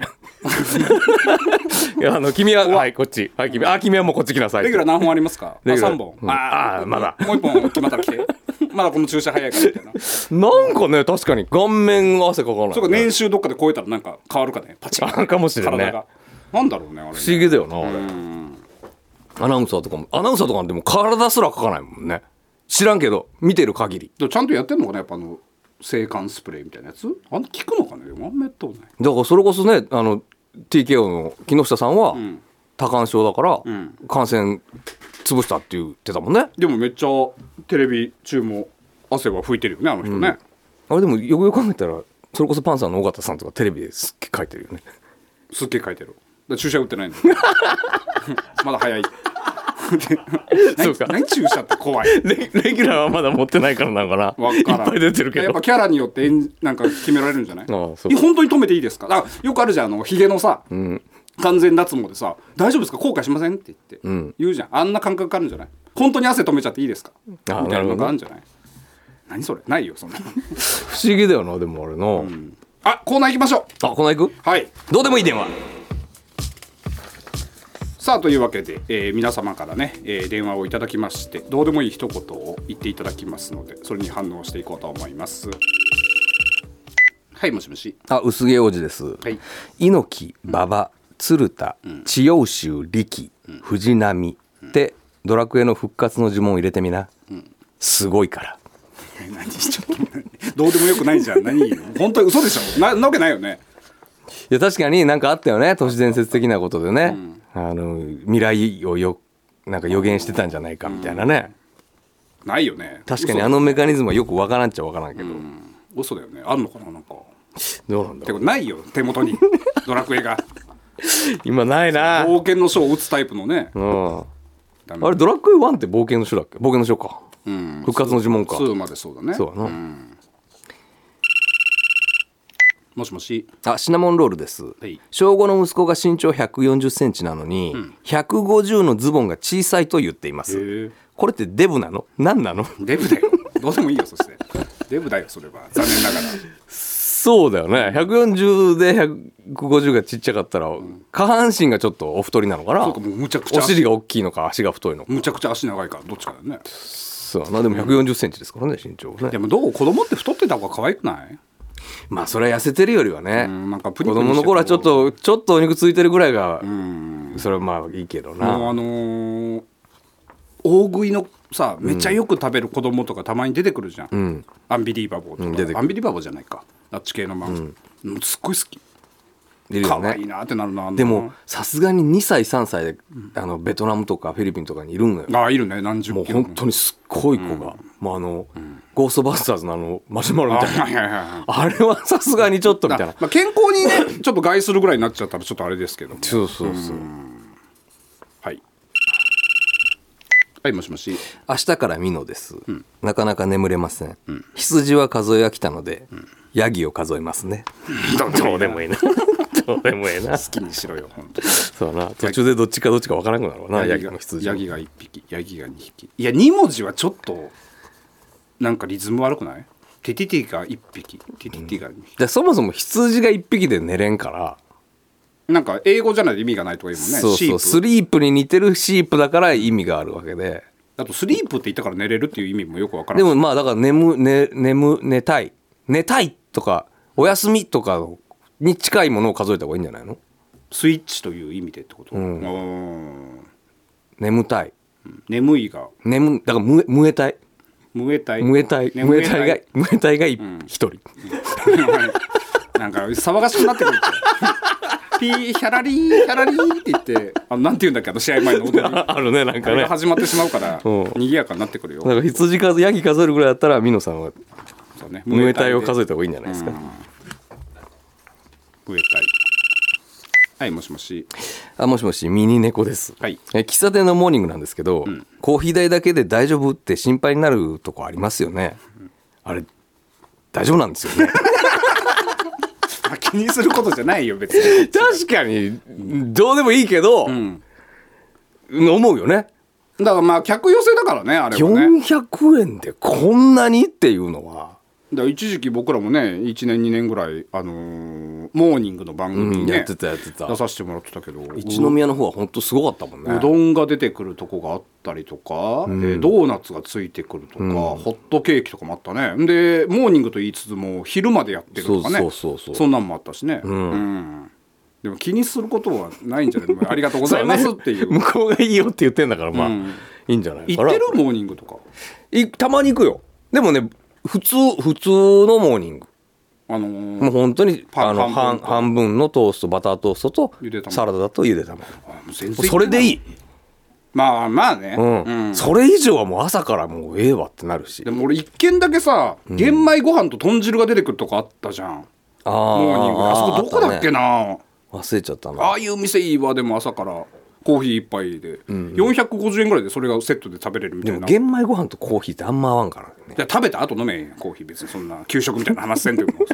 Speaker 4: いやあの君ははいこっちはい君あ君はもうこっち来なさい
Speaker 3: レギュラー何本ありますか
Speaker 4: レギュラー
Speaker 3: あ3本、
Speaker 4: うんあーまだ
Speaker 3: もう1本決まったら来て
Speaker 4: <laughs>
Speaker 3: まだこの注射早いからみたいなそ
Speaker 4: なんかね確かに顔面汗かかない、ね、
Speaker 3: れか年収どっかで超えたらなんか変わるかねパチン
Speaker 4: あかもしれんね
Speaker 3: 体がなんだろうねあれね
Speaker 4: 不思議だよなあれ
Speaker 3: うん
Speaker 4: アナウンサーとかもアナウンサーとかなんてもう体すら書かないもんね知らんけど見てる限り
Speaker 3: でもちゃんとやってんのかなやっぱあの制汗スプレーみたいなやつあん効くのかねでもあんまやったことない
Speaker 4: だからそれこそねあの TKO の木下さんは
Speaker 3: ん
Speaker 4: 多汗症だから、
Speaker 3: ん
Speaker 4: 感染潰したって言ってたもんね
Speaker 3: でもめっちゃテレビ中も汗は拭いてるよねあの人ね、
Speaker 4: あれでもよくよく考えたらそれこそパンサーの尾形さんとかテレビですっげえ書いてるよね
Speaker 3: すっげえ書いてるだから注射打ってないの
Speaker 4: <laughs>
Speaker 3: まだ早い
Speaker 4: そうか
Speaker 3: <laughs> 何何注射って怖い
Speaker 4: レレギュラーはまだ持ってないからなのかな
Speaker 3: わ
Speaker 4: いっ
Speaker 3: からん
Speaker 4: ぱい出てるけ
Speaker 3: やっ
Speaker 4: ど
Speaker 3: ぱキャラによって演なんか決められるんじゃない
Speaker 4: ああそう
Speaker 3: いや本当に止めていいですかだからよくあるじゃんあのヒゲのさ、完全脱毛でさ「大丈夫ですか後悔しません?」って言って、
Speaker 4: ん
Speaker 3: 言うじゃんあんな感覚あるんじゃない本当に汗止めちゃっていいですかみた
Speaker 4: ああ
Speaker 3: いなのがあ
Speaker 4: なるほどね
Speaker 3: るんじゃない何それないよそんな <laughs>
Speaker 4: 不思議だよなでもあれな、
Speaker 3: あコーナー行きましょ
Speaker 4: あこの行く
Speaker 3: うはい
Speaker 4: どうでもいい電話
Speaker 3: さあというわけで、えー皆様からね、えー電話をいただきましてどうでもいい一言を言っていただきますのでそれに反応していこうと思いますはいもしもし
Speaker 4: あ薄毛王子です、
Speaker 3: い
Speaker 4: 猪木馬場鶴田千代州力藤波ってドラクエの復活の呪文を入れてみな、すごいから
Speaker 3: え何ちょっと待って <laughs> どうでもよくないじゃん何本当に嘘でしょななわけないよね
Speaker 4: いや確かになんかあったよね都市伝説的なことでね、あの未来をよなんか予言してたんじゃないかみたいなね、
Speaker 3: ないよね
Speaker 4: 確かにあのメカニズムはよくわからんっちゃわからんけど、
Speaker 3: 嘘だよねあんのかななんか
Speaker 4: どうなんだ
Speaker 3: て
Speaker 4: ろう
Speaker 3: ことないよ手元にドラクエ
Speaker 4: <laughs>
Speaker 3: が
Speaker 4: 今ないな、うん、
Speaker 3: 冒険の書を打つタイプのね
Speaker 4: あ
Speaker 3: ダメ
Speaker 4: れドラクエ1って冒険の書だっけ冒険の書か、
Speaker 3: うん
Speaker 4: 復活の呪文か
Speaker 3: 2までそうだね
Speaker 4: そうだな、
Speaker 3: もしもし
Speaker 4: あシナモンロールです、
Speaker 3: い
Speaker 4: 小5の息子が身長1 4 0センチなのに、150のズボンが小さいと言っていま
Speaker 3: へ
Speaker 4: す
Speaker 3: え
Speaker 4: これってデブなの何なの
Speaker 3: デブだよどうでもいいよそしてデブだよそれは残念ながら
Speaker 4: そうだよね140で150がちっちゃかったら、下半身がちょっとお太りなのかな
Speaker 3: そうかもうむちゃくちゃ
Speaker 4: お尻が大きいのか足が太いのか
Speaker 3: むちゃくちゃ足長いからどっちかだよね
Speaker 4: そうだなでも1 4 0ンチですからね身長ね
Speaker 3: でもどう子供って太ってた方が可愛くない
Speaker 4: まあそれは痩せてるよりはね、
Speaker 3: うんなんかプ
Speaker 4: 子
Speaker 3: ニプニして
Speaker 4: 供の頃はちょっとちょっとお肉ついてるぐらいが、
Speaker 3: うん
Speaker 4: それはまあいいけどな、
Speaker 3: もうあのー大食いのさめっちゃよく食べる子供とかたまに出てくるじゃん、
Speaker 4: ん
Speaker 3: アンビリーバボーとか、
Speaker 4: うん出てくる
Speaker 3: アンビリーバボーじゃないかあっち系の漫画、うん、すっごい好き
Speaker 4: いるよ
Speaker 3: 可
Speaker 4: ね
Speaker 3: 愛いなってなるなあんな
Speaker 4: でもさすがに2歳3歳で、あのベトナムとかフィリピンとかにいるのよ
Speaker 3: ああいるね何十
Speaker 4: もう
Speaker 3: キロ
Speaker 4: 本当にすっごい子が、もうあの、ゴーストバスターズのあのマシュマロみ
Speaker 3: あ
Speaker 4: たいな
Speaker 3: はいはいはいはい
Speaker 4: あれはさすがにちょっとみたいな
Speaker 3: まあ、健康にね <laughs> ちょっと害するぐらいになっちゃったらちょっとあれですけども
Speaker 4: そうそうそう、
Speaker 3: はいはいもしもし
Speaker 4: 明日からミノです、なかなか眠れません、羊は数え飽きたので、ヤギを数えますねどうでもいい <laughs> などうでもいいな
Speaker 3: 好きにしろよ本当に
Speaker 4: そうだな途中でどっちかどっちかわからなくなるわなヤギ
Speaker 3: が
Speaker 4: の羊
Speaker 3: ヤギが1匹ヤギが2匹いや2文字はちょっとなんかリズム悪くないテティティが1匹テティティが2匹、
Speaker 4: でそもそも羊が1匹で寝れんから
Speaker 3: なんか英語じゃないと意味がないとか言うもんね
Speaker 4: そうそう
Speaker 3: シ
Speaker 4: ス
Speaker 3: ープ
Speaker 4: リープに似てるシープだから意味があるわけで
Speaker 3: あとスリープって言ったから寝れるっていう意味もよくわから
Speaker 4: で
Speaker 3: ない
Speaker 4: もまあだから眠、ね、眠寝たい寝たいとかお休みとかに近いものを数えた方がいいんじゃないの
Speaker 3: スイッチという意味でってこと、
Speaker 4: ん
Speaker 3: う
Speaker 4: 眠たい
Speaker 3: ーん眠いが
Speaker 4: 眠だからむむえたい
Speaker 3: 無えたい
Speaker 4: むえたい
Speaker 3: ね
Speaker 4: むえたいがむえたいが一
Speaker 3: ん
Speaker 4: 人、
Speaker 3: なんか騒がしくなってくる
Speaker 4: <laughs>
Speaker 3: って。ピーヒャラリーヒャラリーって言ってあのなんて言うんだっけあの試合前の踊りあ
Speaker 4: <laughs> あるねなんか
Speaker 3: れ
Speaker 4: ね
Speaker 3: が始まってしまうから
Speaker 4: うん
Speaker 3: 賑やかになってくるよ
Speaker 4: だから羊数ヤギ数えるぐらいだったらミノさんは
Speaker 3: そうね
Speaker 4: むえたいを数
Speaker 3: え
Speaker 4: えた方がいいんじゃないですか、
Speaker 3: たいはいもしもし
Speaker 4: あもしもしミニ猫です、
Speaker 3: はい
Speaker 4: え喫茶店のモーニングなんですけど、コーヒー代だけで大丈夫って心配になるとこありますよね、あれ <laughs> 大丈夫なんですよね
Speaker 3: あ気にすることじゃないよ別に
Speaker 4: <laughs> 確かにどうでもいいけど、
Speaker 3: ん
Speaker 4: 思うよね
Speaker 3: だからまあ客寄せだからねあれはね
Speaker 4: 400円でこんなにっていうのは、
Speaker 3: だから一時期僕らもね1年2年ぐらいあのーモーニングの番
Speaker 4: う
Speaker 3: 組に
Speaker 4: んや
Speaker 3: ね
Speaker 4: ってたやってた
Speaker 3: 出させてもらってたけど
Speaker 4: 一宮の方は本当すごかったもんね
Speaker 3: うどんが出てくるとこがあったりとか、えードーナツがついてくるとか、ホットケーキとかもあったねでモーニングと言いつつも昼までやってるとかね
Speaker 4: そうそうそうそう
Speaker 3: そんなんもあったしね、うんでも気にすることはないん
Speaker 4: <laughs>
Speaker 3: じゃないありがとうございますっていう、
Speaker 4: 向こうがいいよって言ってんだからまあ、
Speaker 3: うん
Speaker 4: いいんじゃない
Speaker 3: 行ってるモーニングとか
Speaker 4: いたまに行くよでもね普通普通のモーニング
Speaker 3: あの
Speaker 4: もう
Speaker 3: ー
Speaker 4: 本当に
Speaker 3: パン
Speaker 4: あの
Speaker 3: 半
Speaker 4: 半
Speaker 3: 分と
Speaker 4: 半分のトーストバタートーストと
Speaker 3: ゆで卵
Speaker 4: サラダとゆで卵
Speaker 3: あもう全然
Speaker 4: それでいい、
Speaker 3: まあまあね、
Speaker 4: うん
Speaker 3: うん
Speaker 4: それ以上はもう朝からもうええわってなるし
Speaker 3: でも俺一軒だけさ玄米ご飯と豚汁が出てくるとこあったじゃん、
Speaker 4: あー
Speaker 3: モーニングであそこどこだっけ
Speaker 4: あ
Speaker 3: なあ,、
Speaker 4: たね忘れちゃった
Speaker 3: あ
Speaker 4: な
Speaker 3: いう店いいわでも朝からコーヒー一杯で、450円ぐらいでそれがセットで食べれるみた
Speaker 4: で
Speaker 3: い
Speaker 4: も
Speaker 3: な
Speaker 4: 玄米ご飯とコーヒーってあんま合わんからね
Speaker 3: じゃあ食べた後飲めんやコーヒー別にそんな給食みたいな話せんっていうの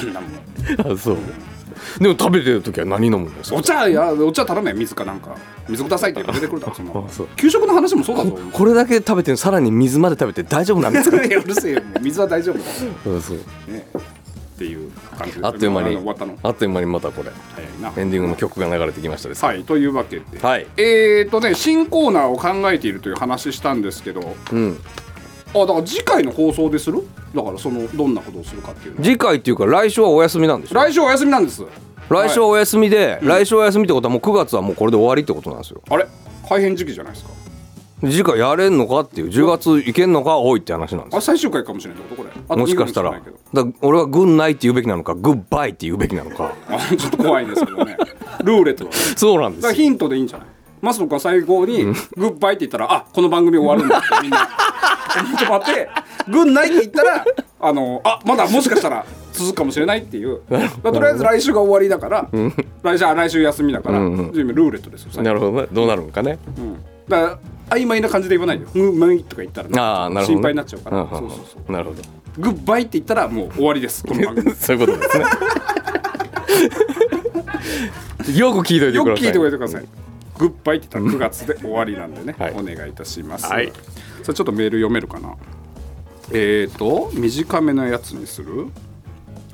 Speaker 3: そんな <laughs> あんなもん
Speaker 4: あそうでも食べてる時は何飲むんですか
Speaker 3: お茶やお茶頼め水かなんか水くださいって言うから出てくるだろそんな
Speaker 4: <laughs> あそう
Speaker 3: 給食の話もそうだぞ
Speaker 4: これだけ食べてさらに水まで食べて大丈夫なん
Speaker 3: <laughs>
Speaker 4: ですか
Speaker 3: いやうるせえよもう水は大丈夫だね
Speaker 4: うんそう
Speaker 3: っていう感じで
Speaker 4: あっという間に
Speaker 3: 終わったの
Speaker 4: あっという間にまたこれ
Speaker 3: 早いな
Speaker 4: エンディングの曲が流れてきましたです
Speaker 3: はいというわけで、
Speaker 4: はい
Speaker 3: えーとね新コーナーを考えているという話したんですけど
Speaker 4: うん
Speaker 3: あだから次回の放送でするだからそのどんなことをするかっていうの
Speaker 4: 次回っていうか来週はお休みなんでしょ
Speaker 3: 来週お休みなんです
Speaker 4: 来週はお休みで、来週はお休みってことはもう9月はもうこれで終わりってことなんですよ
Speaker 3: あれ改編時期じゃないですか
Speaker 4: 次回やれんのかっていう10月いけんのか多いって話なんです
Speaker 3: あ
Speaker 4: よ
Speaker 3: 最終回かもしれないってことこれあと
Speaker 4: もしかしたら
Speaker 3: 二
Speaker 4: だ
Speaker 3: ヶ月も
Speaker 4: から俺は「グンナイ」って言うべきなのか「グッバイ」って言うべきなのか
Speaker 3: ないけどあちょっと怖いんですけどねルーレットだね
Speaker 4: そうなん
Speaker 3: だ
Speaker 4: で
Speaker 3: から
Speaker 4: すよ
Speaker 3: ヒントでいいんじゃないマスロ君は最後に「グッバイ」って言ったら「あこの番組終わるんだ」ってみんなちょっと待って「グンない」って言ったら「あのあまだもしかしたら続くかもしれない」っていうだからとりあえず来週が終わりだから来週あ来週休みだから、準備ルーレットですよ、最後
Speaker 4: なるほどねどうなるのかね
Speaker 3: うんだから曖昧な感じで言わないでよ「グンない」とか言ったら
Speaker 4: ああなるほど
Speaker 3: 心
Speaker 4: ね
Speaker 3: 配になっちゃうから、
Speaker 4: んん
Speaker 3: そう
Speaker 4: うん
Speaker 3: そうそう
Speaker 4: なるほど
Speaker 3: 「グッバイ」って言ったらもう終わりですこの番組
Speaker 4: そういうこ
Speaker 3: <laughs>
Speaker 4: とですね。よく聞いといて
Speaker 3: よく
Speaker 4: ください。
Speaker 3: 聞いておいてください。グッバイって言ったら9月で終わりなんでね、
Speaker 4: はい
Speaker 3: お願いいたします。
Speaker 4: はい
Speaker 3: さあちょっとメール読めるかな。えーと短めのやつにする。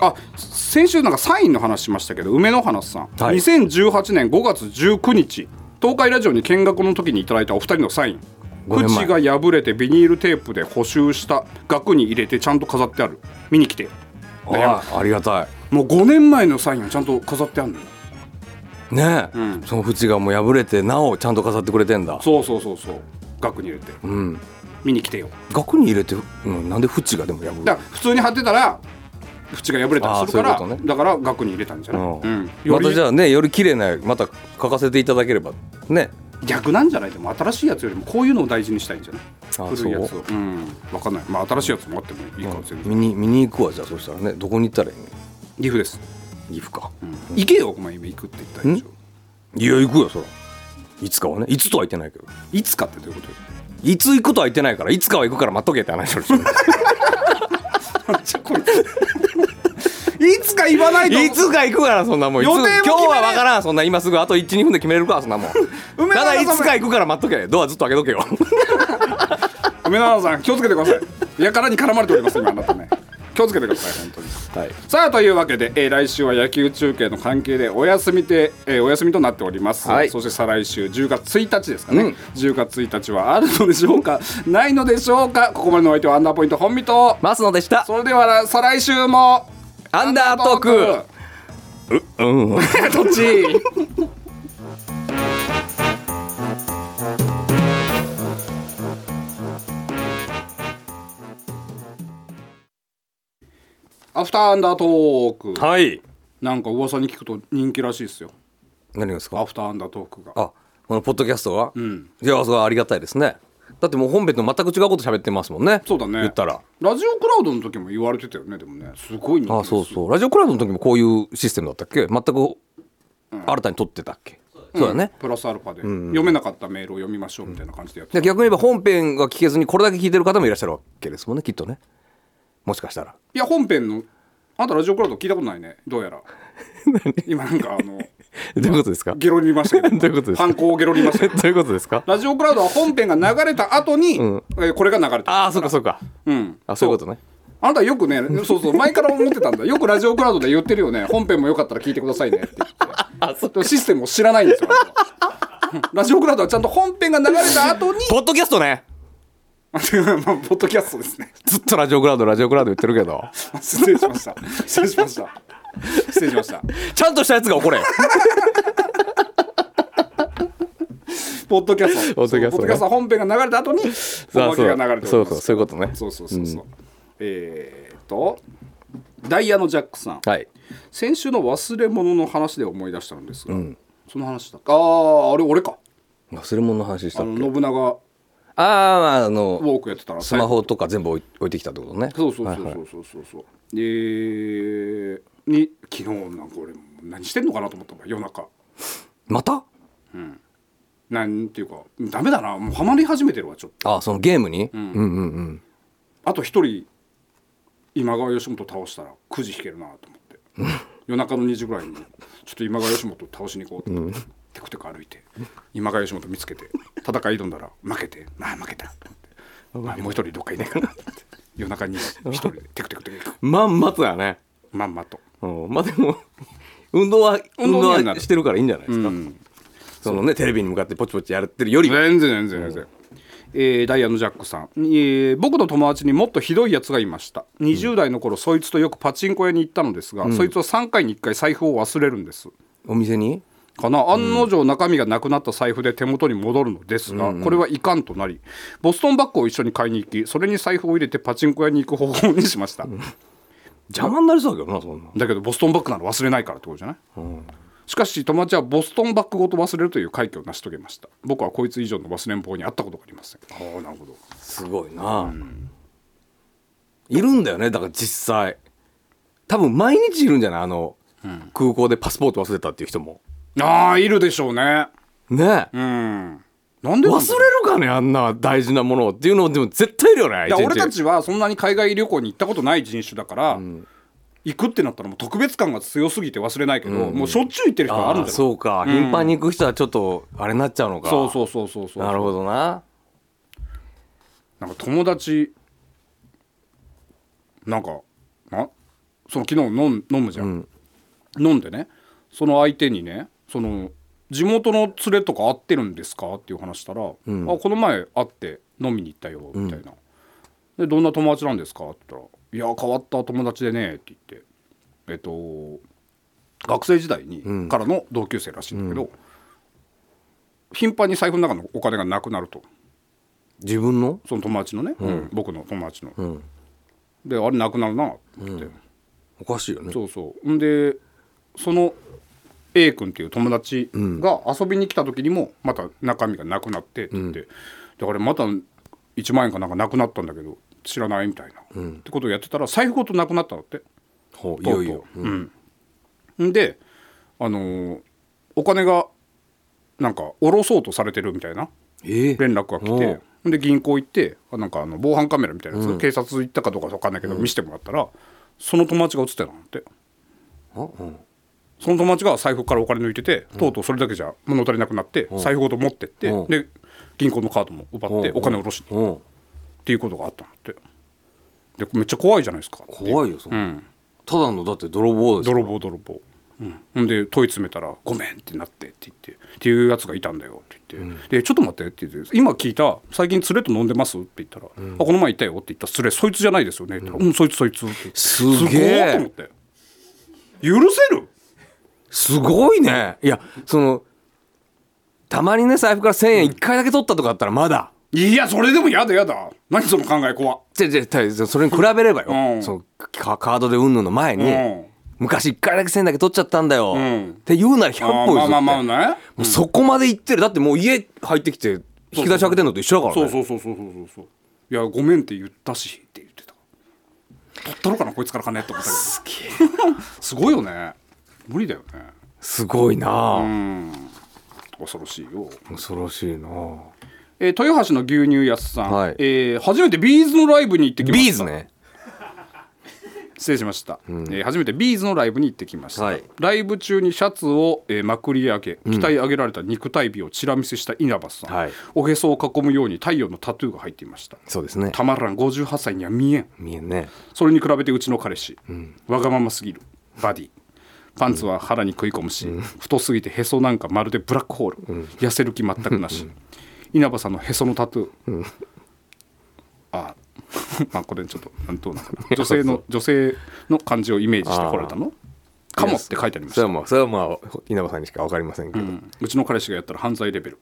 Speaker 3: あ先週なんかサインの話しましたけど梅の花さん、
Speaker 4: はい
Speaker 3: 2018年5月19日東海ラジオに見学の時にいただいたお二人のサイン
Speaker 4: 五年前
Speaker 3: 口が破れてビニールテープで補修した額に入れてちゃんと飾ってある見に来て
Speaker 4: あありがた
Speaker 3: もう5年前のサインをちゃんと飾ってあるのよ
Speaker 4: い。ねえ、
Speaker 3: うん
Speaker 4: その縁がもう破れてなおちゃんと飾ってくれてんだ。
Speaker 3: そうそうそうそう額に入れて
Speaker 4: うん。
Speaker 3: 見に来てよ
Speaker 4: 額に入れて、うん、なんで縁がでも破
Speaker 3: だ
Speaker 4: れ
Speaker 3: から普通に貼ってたら縁が破れたりするか
Speaker 4: あ
Speaker 3: ら
Speaker 4: ーそういうことね
Speaker 3: だから額に入れたんじゃ
Speaker 4: る
Speaker 3: ない、
Speaker 4: の。
Speaker 3: うんよ
Speaker 4: また
Speaker 3: り
Speaker 4: じゃあねより綺麗なまた書かせていただければね。
Speaker 3: 逆なんじゃないでも新しいやつよりもこういうのを大事にしたいんじゃない
Speaker 4: あ
Speaker 3: 古いやつをうん分かんないまあ新しいやつもあってもいいかもしれない、
Speaker 4: 見に見に行くわじゃあそしたらねどこに行ったらいいの？
Speaker 3: 岐阜です、
Speaker 4: 岐阜か。
Speaker 3: うん行けよお前今行くって言ったでしょ
Speaker 4: いや行くよそら。いつかはねいつとは言ってないけど。
Speaker 3: いつかってどういうことよ
Speaker 4: いつ行くとは言ってないからいつかは行くから待っとけって話
Speaker 3: <laughs>
Speaker 4: をしてる。
Speaker 3: ちょこいついつか言わないと
Speaker 4: いつか行くからそんなもんいつ
Speaker 3: 予定も決めれ
Speaker 4: 今日は分からんそんな今すぐあと12分で決めれるかそんなもん
Speaker 3: <laughs> 梅
Speaker 4: た
Speaker 3: 沢
Speaker 4: だ
Speaker 3: さん
Speaker 4: いつか行くから待っとけドアずっと開けとけ
Speaker 3: <laughs>
Speaker 4: よ
Speaker 3: 梅沢さん気をつけてくださいやからに絡まれております今あなたね気をつけてください本当に
Speaker 4: はい
Speaker 3: さあというわけで、えー来週は野球中継の関係でお休みで、えーお休みとなっております、
Speaker 4: はい
Speaker 3: そして再来週10月1日ですかね、
Speaker 4: うん
Speaker 3: 10月1日はあるのでしょうかないのでしょうかここまでのお相手はアンダーポイント本見と
Speaker 4: マスノでした
Speaker 3: それでは再来週も
Speaker 4: アンダートークうん
Speaker 3: ーク <laughs> どっちアフターアンダートーク
Speaker 4: はい
Speaker 3: なんか噂に聞くと人気らしいですよ
Speaker 4: 何がですか
Speaker 3: アフターアンダートークが
Speaker 4: あこのポッドキャストは、
Speaker 3: ん
Speaker 4: いやそれはありがたいですねだってもう本編と全く違うこと喋ってますもんね
Speaker 3: そうだね
Speaker 4: 言ったら
Speaker 3: ラジオクラウドの時も言われてたよねでもねすごい人気
Speaker 4: あそうそうラジオクラウドの時もこういうシステムだったっけ全く新たに撮ってたっけ、そうだね
Speaker 3: プラスアルファで、読めなかったメールを読みましょうみたいな感じでやって
Speaker 4: で逆に言えば本編が聞けずにこれだけ聞いてる方もいらっしゃるわけですもんねきっとねもしかしたら
Speaker 3: いや本編のあんたラジオクラウド聞いたことないねどうや
Speaker 4: <laughs>
Speaker 3: ら今なんかあの
Speaker 4: どういうことですか
Speaker 3: ゲロりましたけど
Speaker 4: <laughs> どういうことですか
Speaker 3: 犯行をゲロりましたけど
Speaker 4: <laughs> どういうことですか
Speaker 3: ラジオクラウドは本編が流れた後に、
Speaker 4: ん
Speaker 3: えーこれが流れた
Speaker 4: ああ、そうかそうか。
Speaker 3: うん
Speaker 4: あそういうことね。
Speaker 3: あなたよくねそうそう前から思ってたんだよくラジオクラウドで言ってるよね本編もよかったら聞いてくださいねって言って
Speaker 4: <laughs> あ、そう
Speaker 3: でもシステムを知らないんですよ。あなたはラジオクラウドはちゃんと本編が流れた後に、 <laughs>
Speaker 4: ポッドキャストね。
Speaker 3: まあ、ポッドキャストですね。
Speaker 4: ずっとラジオクラウド、ラジオクラウド言ってるけど。
Speaker 3: 失礼しました。失礼しました。失礼しました
Speaker 4: ちゃんとしたやつが怒れ
Speaker 3: ポッドキャスト
Speaker 4: <laughs> ポッドキ
Speaker 3: そう
Speaker 4: ャストね
Speaker 3: ポッドキャスト本編が流れた後にお
Speaker 4: あ
Speaker 3: まけが流れております
Speaker 4: そうそうそういうことね
Speaker 3: そうそうそうそうえーっとダイヤのジャックさん
Speaker 4: はい
Speaker 3: 先週の忘れ物の話で思い出したんですが、その話だあああれ俺か
Speaker 4: 忘れ物の話し
Speaker 3: あ
Speaker 4: たっ
Speaker 3: の
Speaker 4: け
Speaker 3: 信長
Speaker 4: あああ
Speaker 3: ウ
Speaker 4: の
Speaker 3: ォークやってたら
Speaker 4: スマホとか全部置い置いてきたってことね
Speaker 3: そうそう
Speaker 4: はい
Speaker 3: そ
Speaker 4: は
Speaker 3: う
Speaker 4: い
Speaker 3: そうそうそうそう、えーに昨日なんか俺も何してんのかなと思ったの夜中
Speaker 4: また
Speaker 3: なんていうかダメだなもうハマり始めてるわちょっと
Speaker 4: あそのゲームに、うん、うんうん
Speaker 3: あと一人今川義元倒したらくじ引けるなと思って夜中の2時ぐらいにちょっと今川義元倒しに行こうと思って、テクテク歩いて今川義元見つけて戦い挑んだら負けてああ負けたと思って、まあ、もう一人どっかいないかなと思って夜中に一人でテクテクテクテク
Speaker 4: まんまとだね、
Speaker 3: まんまと。
Speaker 4: うん、まあでも <laughs> 運動は
Speaker 3: 運
Speaker 4: 運
Speaker 3: 動
Speaker 4: 動
Speaker 3: にはなる
Speaker 4: はしてるからいいんじゃないですか、そのねテレビに向かってポチポチやってるよりは
Speaker 3: 全然全然全然、えーダイヤのジャックさん、えー僕の友達にもっとひどいやつがいました20代の頃、そいつとよくパチンコ屋に行ったのですが、そいつは3回に1回財布を忘れるんです
Speaker 4: お店に
Speaker 3: かな案の定中身がなくなった財布で手元に戻るのですが、これはいかんとなりボストンバッグを一緒に買いに行きそれに財布を入れてパチンコ屋に行く方法にしました、
Speaker 4: 邪魔になりそうだけどなそんな
Speaker 3: だけどボストンバッグなら忘れないからってことじゃない、しかし友達はボストンバッグごと忘れるという快挙を成し遂げました僕はこいつ以上の忘れん坊に会ったことがありませんああなるほど
Speaker 4: すごいな、いるんだよねだから実際多分毎日いるんじゃないあの、空港でパスポート忘れたっていう人も
Speaker 3: ああいるでしょうね
Speaker 4: ね、
Speaker 3: うんなんでなんだろう
Speaker 4: 忘れるかねあんな大事なものをっていうのでも絶対いるよね
Speaker 3: だから俺
Speaker 4: 一日
Speaker 3: たちはそんなに海外旅行に行ったことない人種だから、行くってなったらもう特別感が強すぎて忘れないけど、もうしょっちゅう行ってる人
Speaker 4: あ
Speaker 3: があるん
Speaker 4: ー
Speaker 3: だよ
Speaker 4: そうか頻繁に行く人はちょっとあれになっちゃうのか、
Speaker 3: そうそうそうそうそう
Speaker 4: なるほどな
Speaker 3: なんか友達なんかなその昨日飲ん飲むじゃん、飲んでねその相手にねその地元の連れとか会ってるんですかっていう話したら、あこの前会って飲みに行ったよみたいな、でどんな友達なんですかって言ったら「いや変わった友達でね」って言ってえっと学生時代に、からの同級生らしいんだけど、頻繁に財布の中のお金がなくなると。
Speaker 4: 自分の
Speaker 3: その友達のね、僕の友達の、であれなくなるなって思って、
Speaker 4: おかしいよね
Speaker 3: そうそうんでその A 君っていう友達が遊びに来た時にもまた中身がなくなってって言って、だからまた1万円かなんかなくなったんだけど知らないみたいな、ってことをやってたら財布ごとなくなったのって
Speaker 4: ほうい
Speaker 3: と
Speaker 4: よ
Speaker 3: う
Speaker 4: い
Speaker 3: と
Speaker 4: よ
Speaker 3: う、うんであのーお金がなんか下ろそうとされてるみたいな
Speaker 4: ええ
Speaker 3: 連絡が来てで銀行行ってあなんかあの防犯カメラみたいなやつ、警察行ったかどうか分かんないけど見せてもらったら、その友達が映ってたのって
Speaker 4: あうん
Speaker 3: その友達が財布からお金抜いてて、とうとうそれだけじゃ物足りなくなって、財布ごと持ってって、
Speaker 4: うん
Speaker 3: で銀行のカードも奪って、
Speaker 4: うん
Speaker 3: お金を下ろしに
Speaker 4: うん
Speaker 3: っていうことがあったのってでめっちゃ怖いじゃないですか
Speaker 4: 怖
Speaker 3: い、
Speaker 4: いよそん
Speaker 3: う
Speaker 4: な、
Speaker 3: ん、
Speaker 4: ただのだって泥棒です
Speaker 3: 泥棒泥棒、うん、ほんで問い詰めたら「ごめん」ってなってって言って「っていうやつがいたんだよ」って言って「でちょっと待って」って言って「今聞いた最近連れと飲んでます?」って言ったら「あこの前いたよ」って言ったら「連れそいつじゃないですよね」って言ったら「うんそいつそいつ」って言って
Speaker 4: すげえ
Speaker 3: すごいと思って許せる
Speaker 4: すごいねいやそのたまにね財布から1,000円1回だけ取ったとかあったらまだ
Speaker 3: いやそれでもやだやだ何その考え怖っ
Speaker 4: じゃじゃそれに比べればよ、
Speaker 3: うん
Speaker 4: そのカカードでうんぬんの前に、
Speaker 3: うん
Speaker 4: 昔1回だけ1,000円だけ取っちゃったんだよ、
Speaker 3: ん
Speaker 4: って言うなら
Speaker 3: あ
Speaker 4: 100
Speaker 3: ー
Speaker 4: 歩譲っ
Speaker 3: まあ
Speaker 4: て、
Speaker 3: まあまあね
Speaker 4: もうそこまで行ってるだってもう家入ってきて引き出し開けてんのと一緒だからね
Speaker 3: そうそうそうそうそうそうそういやごめんって言ったしって言ってた取ったろかなこいつから金って思ったけど <laughs> すごいよね無理だよね
Speaker 4: すごいな、
Speaker 3: 恐ろしいよ、
Speaker 4: 恐ろしいな
Speaker 3: えー豊橋の牛乳屋さん、
Speaker 4: はい
Speaker 3: えー初めてビーズのライブに行ってきました
Speaker 4: ビーズね
Speaker 3: 失礼しました、えー初めてビーズのライブに行ってきました、
Speaker 4: はい
Speaker 3: ライブ中にシャツを、えーまくり上げ鍛え上げられた肉体美をちら見せした稲葉さん、
Speaker 4: はい
Speaker 3: おへそを囲むように太陽のタトゥーが入っていました
Speaker 4: そうですね
Speaker 3: たまらん58歳には見えん
Speaker 4: 見えんね
Speaker 3: それに比べてうちの彼氏、わがまますぎるバディパンツは腹に食い込むし、太すぎてへそなんかまるでブラックホール、痩せる気全くなし稲葉さんのへそのタトゥー、あ <laughs> まあこれちょっとなんどうなのかな女性の女性の感じをイメージしてこられたのかもって書いてありまし
Speaker 4: それ
Speaker 3: た
Speaker 4: はもうそれはまあ稲葉さんにしか分かりませんけど、
Speaker 3: うんうちの彼氏がやったら犯罪レベル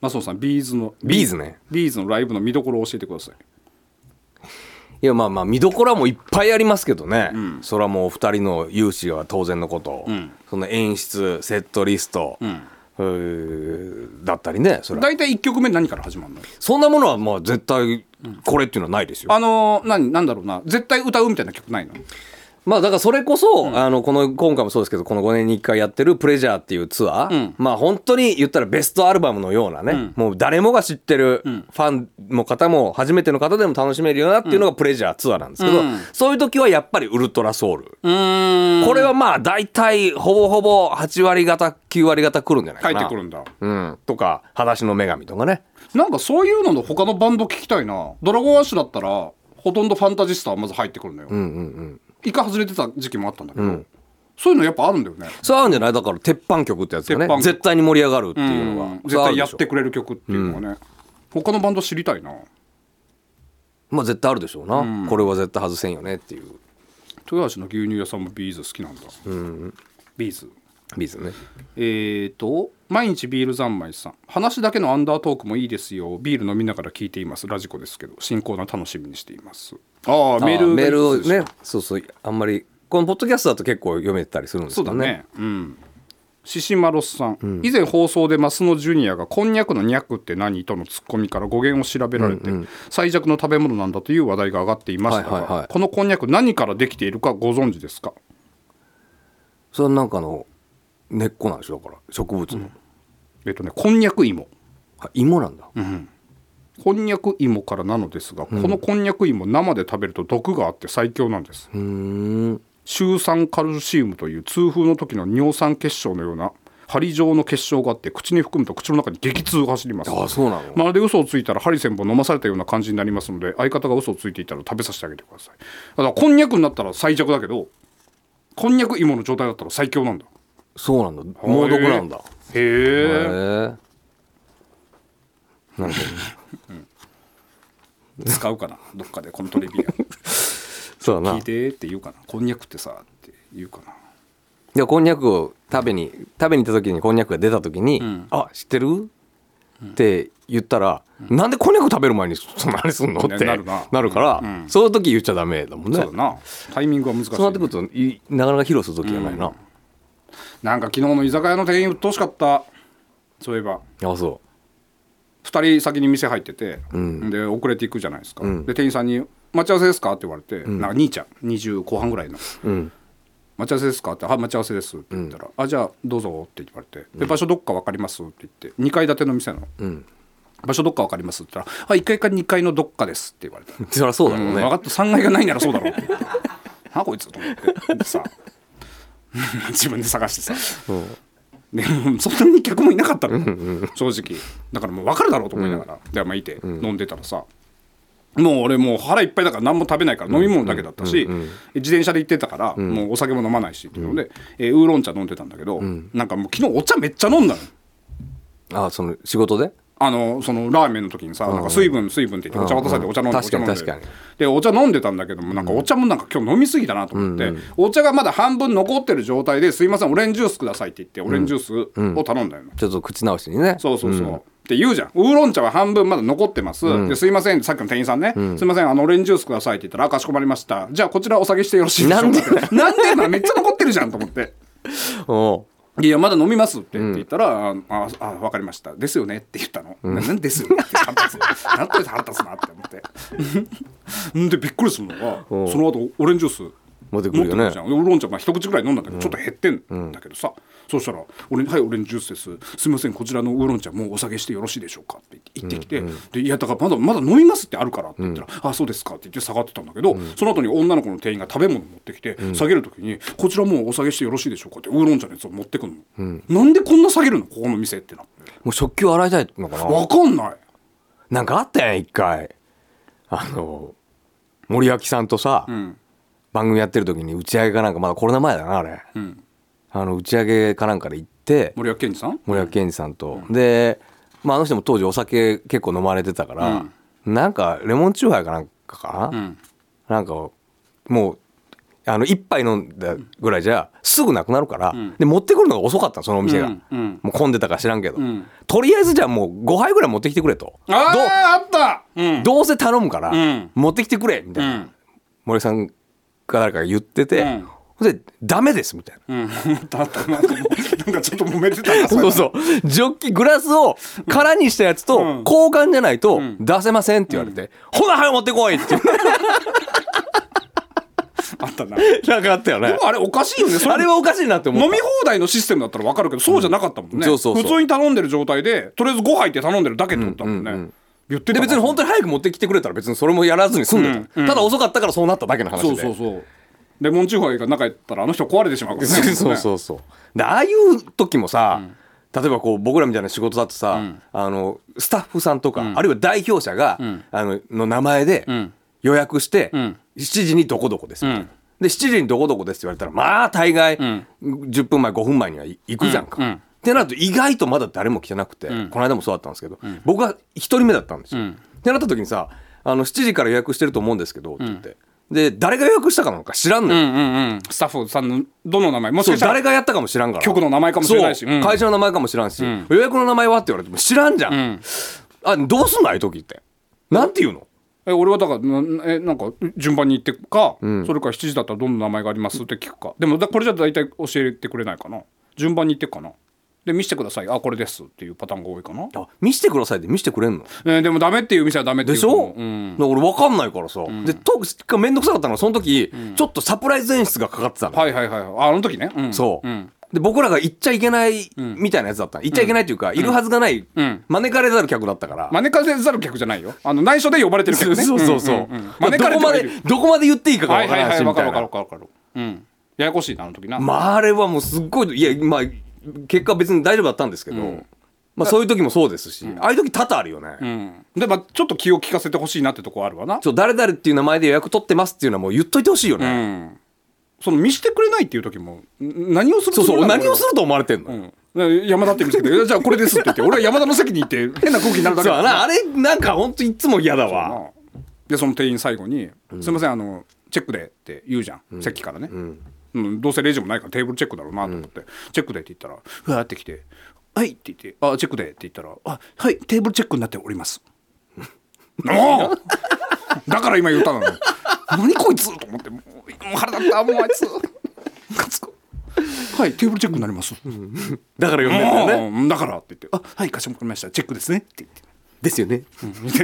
Speaker 3: マスオさんビーズの
Speaker 4: ビーズね
Speaker 3: ビーズのライブの見どころを教えてください
Speaker 4: いやまあまあ見どころはもういっぱいありますけどね、それはもうお二人の勇姿は当然のこと、
Speaker 3: ん
Speaker 4: その演出セットリスト、
Speaker 3: ん
Speaker 4: うーだったりねそれは
Speaker 3: 大体1曲目何から始まるの
Speaker 4: そんなものはまあ絶対これっていうのはないですよ、
Speaker 3: あのー、何なんだろうな絶対歌うみたいな曲ないの
Speaker 4: まあだからそれこそ、あのこの今回もそうですけどこの5年に1回やってる「プレジャー」っていうツアー、
Speaker 3: うん
Speaker 4: まあ本当に言ったらベストアルバムのようなね、
Speaker 3: ん
Speaker 4: もう誰もが知ってるファンの方も初めての方でも楽しめるようなっていうのが「プレジャー」ツアーなんですけど、
Speaker 3: うん
Speaker 4: そういう時はやっぱり「ウルトラソウル」
Speaker 3: うん
Speaker 4: これはまあ大体ほぼほぼ8割方9割方くるんじゃない
Speaker 3: 書
Speaker 4: か
Speaker 3: い
Speaker 4: な
Speaker 3: てくるんだ
Speaker 4: うん、とか「裸足の女神」とかね
Speaker 3: なんかそういうのの他のバンド聞きたいなドラゴンアッシュだったらほとんどファンタジスタはまず入ってくるのよ、
Speaker 4: うんうんうん
Speaker 3: 一回外れてた時期もあったんだけど、そういうのやっぱあるんだよね
Speaker 4: そうあるんじゃないだから鉄板曲ってやつが
Speaker 3: 鉄板
Speaker 4: ね
Speaker 3: 曲
Speaker 4: 絶対に盛り上がるっていうのは、
Speaker 3: うん
Speaker 4: そ
Speaker 3: 絶
Speaker 4: れはある
Speaker 3: 対
Speaker 4: でしょ
Speaker 3: やってくれる曲っていうのはね、他のバンド知りたいな
Speaker 4: まあ絶対あるでしょうな、これは絶対外せんよねっていう
Speaker 3: 豊橋の牛乳屋さんもビーズ好きなんだ、ビーズ
Speaker 4: ビーズね
Speaker 3: えー、と毎日ビール三昧さん話だけのアンダートークもいいですよビール飲みながら聞いていますラジコですけど新コーナー楽しみにしていますああメール
Speaker 4: あメールを
Speaker 3: がいつでし
Speaker 4: ねそうそうあんまりこのポッドキャストだと結構読めてたりするんです
Speaker 3: そう
Speaker 4: け
Speaker 3: だ
Speaker 4: ど
Speaker 3: ね
Speaker 4: ね
Speaker 3: うんシシマロスさん、以前放送でマスノジュニアが「こんにゃくのにゃくって何?」とのツッコミから語源を調べられて、最弱の食べ物なんだという話題が上がっていましたが、
Speaker 4: はいはいはい
Speaker 3: このこんにゃく何からできているかご存知ですか
Speaker 4: それはなんかの根っこなんでしょだから植物の、
Speaker 3: えっ、とねこんにゃく芋
Speaker 4: あ芋なんだ、
Speaker 3: こんにゃく芋からなのですが、このこんにゃく芋生で食べると毒があって最強なんです
Speaker 4: うん
Speaker 3: シ酸カルシウムという痛風の時の尿酸結晶のような針状の結晶があって口に含むと口の中に激痛が走ります
Speaker 4: あそうなの、
Speaker 3: まるで嘘をついたら針千本飲まされたような感じになりますので相方が嘘をついていたら食べさせてあげてくださいだからこんにゃくになったら最弱だけどこんにゃく芋の状態だったら最強なんだ
Speaker 4: そうなんだ猛毒なんだ
Speaker 3: へ
Speaker 4: へえ
Speaker 3: え
Speaker 4: なるほど
Speaker 3: 使うかなどっかでこのトレビア
Speaker 4: そうだな
Speaker 3: 聞いてって言うかなこんにゃくってさって言うかな
Speaker 4: でこんにゃくを食べに食べに行った時にこんにゃくが出た時に「
Speaker 3: ん
Speaker 4: あ知ってる?」って言ったら、なんでこんにゃく食べる前にそんなにすんの?」って
Speaker 3: な
Speaker 4: な
Speaker 3: るな
Speaker 4: るから、
Speaker 3: うん
Speaker 4: その時言っちゃダメだもんね
Speaker 3: そうだなタイミングは難しいね、
Speaker 4: そうなってくるといなかなか披露する時じゃないな、
Speaker 3: なんか昨日の居酒屋の店員うっとうしかったそういえば
Speaker 4: あそ
Speaker 3: 2人先に店入ってて、
Speaker 4: ん
Speaker 3: で遅れていくじゃないですか、
Speaker 4: ん
Speaker 3: で店員さんに「待ち合わせですか?」って言われて、なんか兄ちゃん20後半ぐらいの
Speaker 4: ううん
Speaker 3: 「待ち合わせですか?」って「はい待ち合わせです」って言ったら「あじゃあどうぞ」って言われて「で場所どっか分かります?」って言って2階建ての店なの、
Speaker 4: うん
Speaker 3: 場所どっか分かります?」って言ったら「あ1階か2階のどっかです」って言われた
Speaker 4: そりゃそうだろう
Speaker 3: うん
Speaker 4: ね、
Speaker 3: 分かった3階がないならそう <laughs> だろうって言ってなあこいつと思ってでさ <laughs> 自分で探してさ、でもそんなに客もいなかったの、正直だからもう分かるだろうと思いながら、でまあいて、飲んでたらさもう俺もう腹いっぱいだから何も食べないから飲み物だけだったし、自転車で行ってたから、もうお酒も飲まないしっていうので、えーウーロン茶飲んでたんだけど、なんかもう昨日お茶めっちゃ飲んだの。
Speaker 4: あその仕事で
Speaker 3: あのそのラーメンの時にさ、なんか水分水分って言ってお茶渡されて
Speaker 4: うん
Speaker 3: お茶飲んで、
Speaker 4: 確かに
Speaker 3: お茶飲んで
Speaker 4: 確かに
Speaker 3: でお茶飲んでたんだけどもなんかお茶もなんか今日飲みすぎたなと思って、お茶がまだ半分残ってる状態ですいませんオレンジジュースくださいって言ってオレンジジュースを頼んだよ、
Speaker 4: ちょっと口直しにね
Speaker 3: そうそうそう、って言うじゃんウーロン茶は半分まだ残ってます、ですいませんさっきの店員さんね、すいませんあのオレンジジュースくださいって言ったらあかしこまりましたじゃあこちらお下げしてよろしいでしょうかなんでなんで今めっちゃ残ってるじゃんと思って。
Speaker 4: お
Speaker 3: いやまだ飲みますってって言ったら「あああ分かりましたですよね」って言ったの「ななんですよね」って腹立つ <laughs> なんと腹立つなって思ってんでびっくりするのが
Speaker 4: うん
Speaker 3: その後オレンジジュース
Speaker 4: 持ってくるよね
Speaker 3: 持ってじゃんウーロン茶、まあ、一口ぐらい飲んだんだけどちょっと減ってんだけどさ、そうしたら「俺はいオレンジジュースですすいませんこちらのウーロン茶もうお下げしてよろしいでしょうか」って言ってきて「でいやだからまだまだ飲みますってあるから」って言ったら「あそうですか」って言って下がってたんだけど、その後に女の子の店員が食べ物持ってきて、下げる時に「こちらもうお下げしてよろしいでしょうか」ってウーロン茶のやつを持ってくるの、なんでこんな下げるのここの店ってなって
Speaker 4: もう食器を洗いたいのかな
Speaker 3: 分かんない
Speaker 4: なんかあったやん一回あの森脇さんとさ、
Speaker 3: ん
Speaker 4: 番組やってる時に打ち上げかなんかまだコロナ前だなあれ、
Speaker 3: ん
Speaker 4: あの打ち上げかなんかで行って
Speaker 3: 森脇健児さん
Speaker 4: 森脇健児さんと、で、まあ、あの人も当時お酒結構飲まれてたから、なんかレモンチューハイかなんかかな、
Speaker 3: ん
Speaker 4: なんかもうあの一杯飲んだぐらいじゃすぐなくなるから、で持ってくるのが遅かったのそのお店が、
Speaker 3: うんうん
Speaker 4: もう混んでたか知らんけど、
Speaker 3: ん
Speaker 4: とりあえずじゃあもう5杯ぐらい持ってきてくれと
Speaker 3: あああったうん
Speaker 4: どどうせ頼むから、
Speaker 3: うん
Speaker 4: 持ってきてくれみたいな、
Speaker 3: うん
Speaker 4: 森さんか誰かが言ってて、
Speaker 3: うん
Speaker 4: ほんで「ダメです」みたい
Speaker 3: う
Speaker 4: な。
Speaker 3: んだったなんかもうなんかちょっと揉めてたなそれ
Speaker 4: そうそう。ジョッキ、グラスを空にしたやつと
Speaker 3: ん
Speaker 4: 交換じゃないと出せませんって言われて、ほな、早く持ってこいって。
Speaker 3: あったな
Speaker 4: なんかあったよね。
Speaker 3: あれおかしいよねそれ
Speaker 4: あれはおかしいなって思った。
Speaker 3: 飲み放題のシステムだったら分かるけどそうじゃなかったもんね、
Speaker 4: うんそうそうそう
Speaker 3: 普通に頼んでる状態でとりあえず5杯って頼んでるだけってことだもんね、
Speaker 4: うんうんうん
Speaker 3: 言ってた
Speaker 4: で別に本
Speaker 3: 当
Speaker 4: 当に早く持ってきてくれたら別にそれもやらずに済んでた、
Speaker 3: うんうん
Speaker 4: ただ遅かったからそうなっただけの話で
Speaker 3: そうそうそうレモンチューハイが中やったらあの人壊れてしまうからね
Speaker 4: <laughs> そうそうそうでああいう時もさ、例えばこう僕らみたいな仕事だとさ、あのスタッフさんとか、あるいは代表者が、
Speaker 3: ん
Speaker 4: あのの名前で
Speaker 3: ん
Speaker 4: 予約して、
Speaker 3: ん
Speaker 4: 7時にどこどこですみたいな、
Speaker 3: うん
Speaker 4: で7時にどこどこですって言われたらまあ大概、
Speaker 3: ん
Speaker 4: 10分前5分前には行くじゃんか。
Speaker 3: うんうん
Speaker 4: ってなると意外とまだ誰も来てなくて、この間もそうだったんですけど、僕は1人目だったんですよ。
Speaker 3: うん
Speaker 4: ってなった時にさあの7時から予約してると思うんですけどって言って、で誰が予約したかなんか知らんのよ
Speaker 3: う、んうんうんスタッフさんのどの名前もし
Speaker 4: そ
Speaker 3: か
Speaker 4: う
Speaker 3: したら
Speaker 4: 誰がやったかも知らんから
Speaker 3: 局の名前かもしれないし
Speaker 4: そう
Speaker 3: うん
Speaker 4: 会社の名前かも知らんし、
Speaker 3: ん
Speaker 4: 予約の名前はって言われても知らんじゃん、
Speaker 3: ん
Speaker 4: あどうすんのああいう時ってなんて言うの
Speaker 3: え俺はだからなえなんか順番に行ってくか、それから7時だったらどんな名前がありますって聞くかでもだこれじゃ大体教えてくれないかな順番に行ってくかなで見せてくださいあこれですっていうパターンが多いかな、
Speaker 4: あ見せてくださいって見せてくれんの
Speaker 3: えーでもダメっていう店はダメってい
Speaker 4: で
Speaker 3: う
Speaker 4: しょ、
Speaker 3: うん、
Speaker 4: だから俺分かんないからさ、でトークめんどくさかったのはその時、ちょっとサプライズ演出がかかってたの、
Speaker 3: はいはいはいああの時ね、うん、
Speaker 4: そう、
Speaker 3: うん
Speaker 4: で僕らが行っちゃいけないみたいなやつだったの行っちゃいけないというか、いるはずがない、
Speaker 3: ん
Speaker 4: 招かれざる客だったから、
Speaker 3: 招かせざる客じゃないよあの内緒で呼ばれてる客ね
Speaker 4: <laughs> そうそうそうん
Speaker 3: んん
Speaker 4: だ
Speaker 3: 招
Speaker 4: か
Speaker 3: かられて
Speaker 4: どこま
Speaker 3: はい
Speaker 4: で
Speaker 3: る
Speaker 4: どこまで言っていいかが
Speaker 3: は
Speaker 4: 分
Speaker 3: い
Speaker 4: か
Speaker 3: はい
Speaker 4: ら
Speaker 3: は
Speaker 4: な
Speaker 3: い
Speaker 4: し
Speaker 3: いわ
Speaker 4: み
Speaker 3: か
Speaker 4: た
Speaker 3: る
Speaker 4: い
Speaker 3: わかる
Speaker 4: な
Speaker 3: わかるわかるうんややこしいなあの時な、
Speaker 4: まああれはもうすっごいいやまあ結果別に大丈夫だったんですけど、まあそういう時もそうですし、ああいう時多々あるよね、
Speaker 3: うん、でまあちょっと気を利かせてほしいなってとこあるわな
Speaker 4: ちょ誰々っていう名前で予約取ってますっていうのはもう言っといてほしいよ
Speaker 3: う
Speaker 4: ね、
Speaker 3: んその見せてくれないっていう時もん何をする
Speaker 4: そうそう何をす
Speaker 3: る、
Speaker 4: ると思われてんの、
Speaker 3: うん、山田って見せてくれじゃあこれですって言って俺は山田の席に行って変な空気になるだ
Speaker 4: そう
Speaker 3: けだ
Speaker 4: やなあれなんかほんといつも嫌だわ
Speaker 3: うんでその店員最後に「すいませんあのチェックで」って言うじゃん、席からね、うんどうせレジもないからテーブルチェックだろうなと思って、チェックでって言ったらふわーってきて「はい」って言って「あチェックで」って言ったら「あはいテーブルチェックになっており <laughs> ます」おおだから今言ったのに何こいつと思ってもうもう腹立ったもうあいつムカつくはいテーブルチェックになります、
Speaker 4: だから呼んでんだよね
Speaker 3: うんだからって言って「あはいかしこまりましたチェックですね」って言って。
Speaker 4: ですよね、
Speaker 3: <laughs>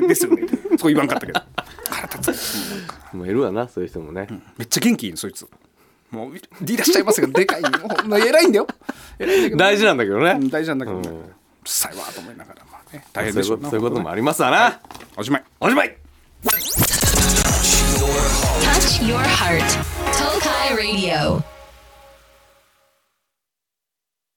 Speaker 3: ですよね。そこ言わんかったけど。腹立つ。
Speaker 4: もういるわなそういう人もね、
Speaker 3: めっちゃ元気いいのそいつ。もうリーダーしちゃいますけどでか
Speaker 4: <laughs>
Speaker 3: いよ。ほんま偉いんだよ。偉いんだけど
Speaker 4: 大事なんだけどね、
Speaker 3: うん大事なんだけどね。
Speaker 4: う
Speaker 3: うんるさいわと思いながらまあね。大変
Speaker 4: そう
Speaker 3: で
Speaker 4: い
Speaker 3: しょ
Speaker 4: うことそういうことも
Speaker 3: も
Speaker 4: ありますわな、
Speaker 3: おしまい。
Speaker 4: おしまい
Speaker 2: Touch your heart. Tokai Radio.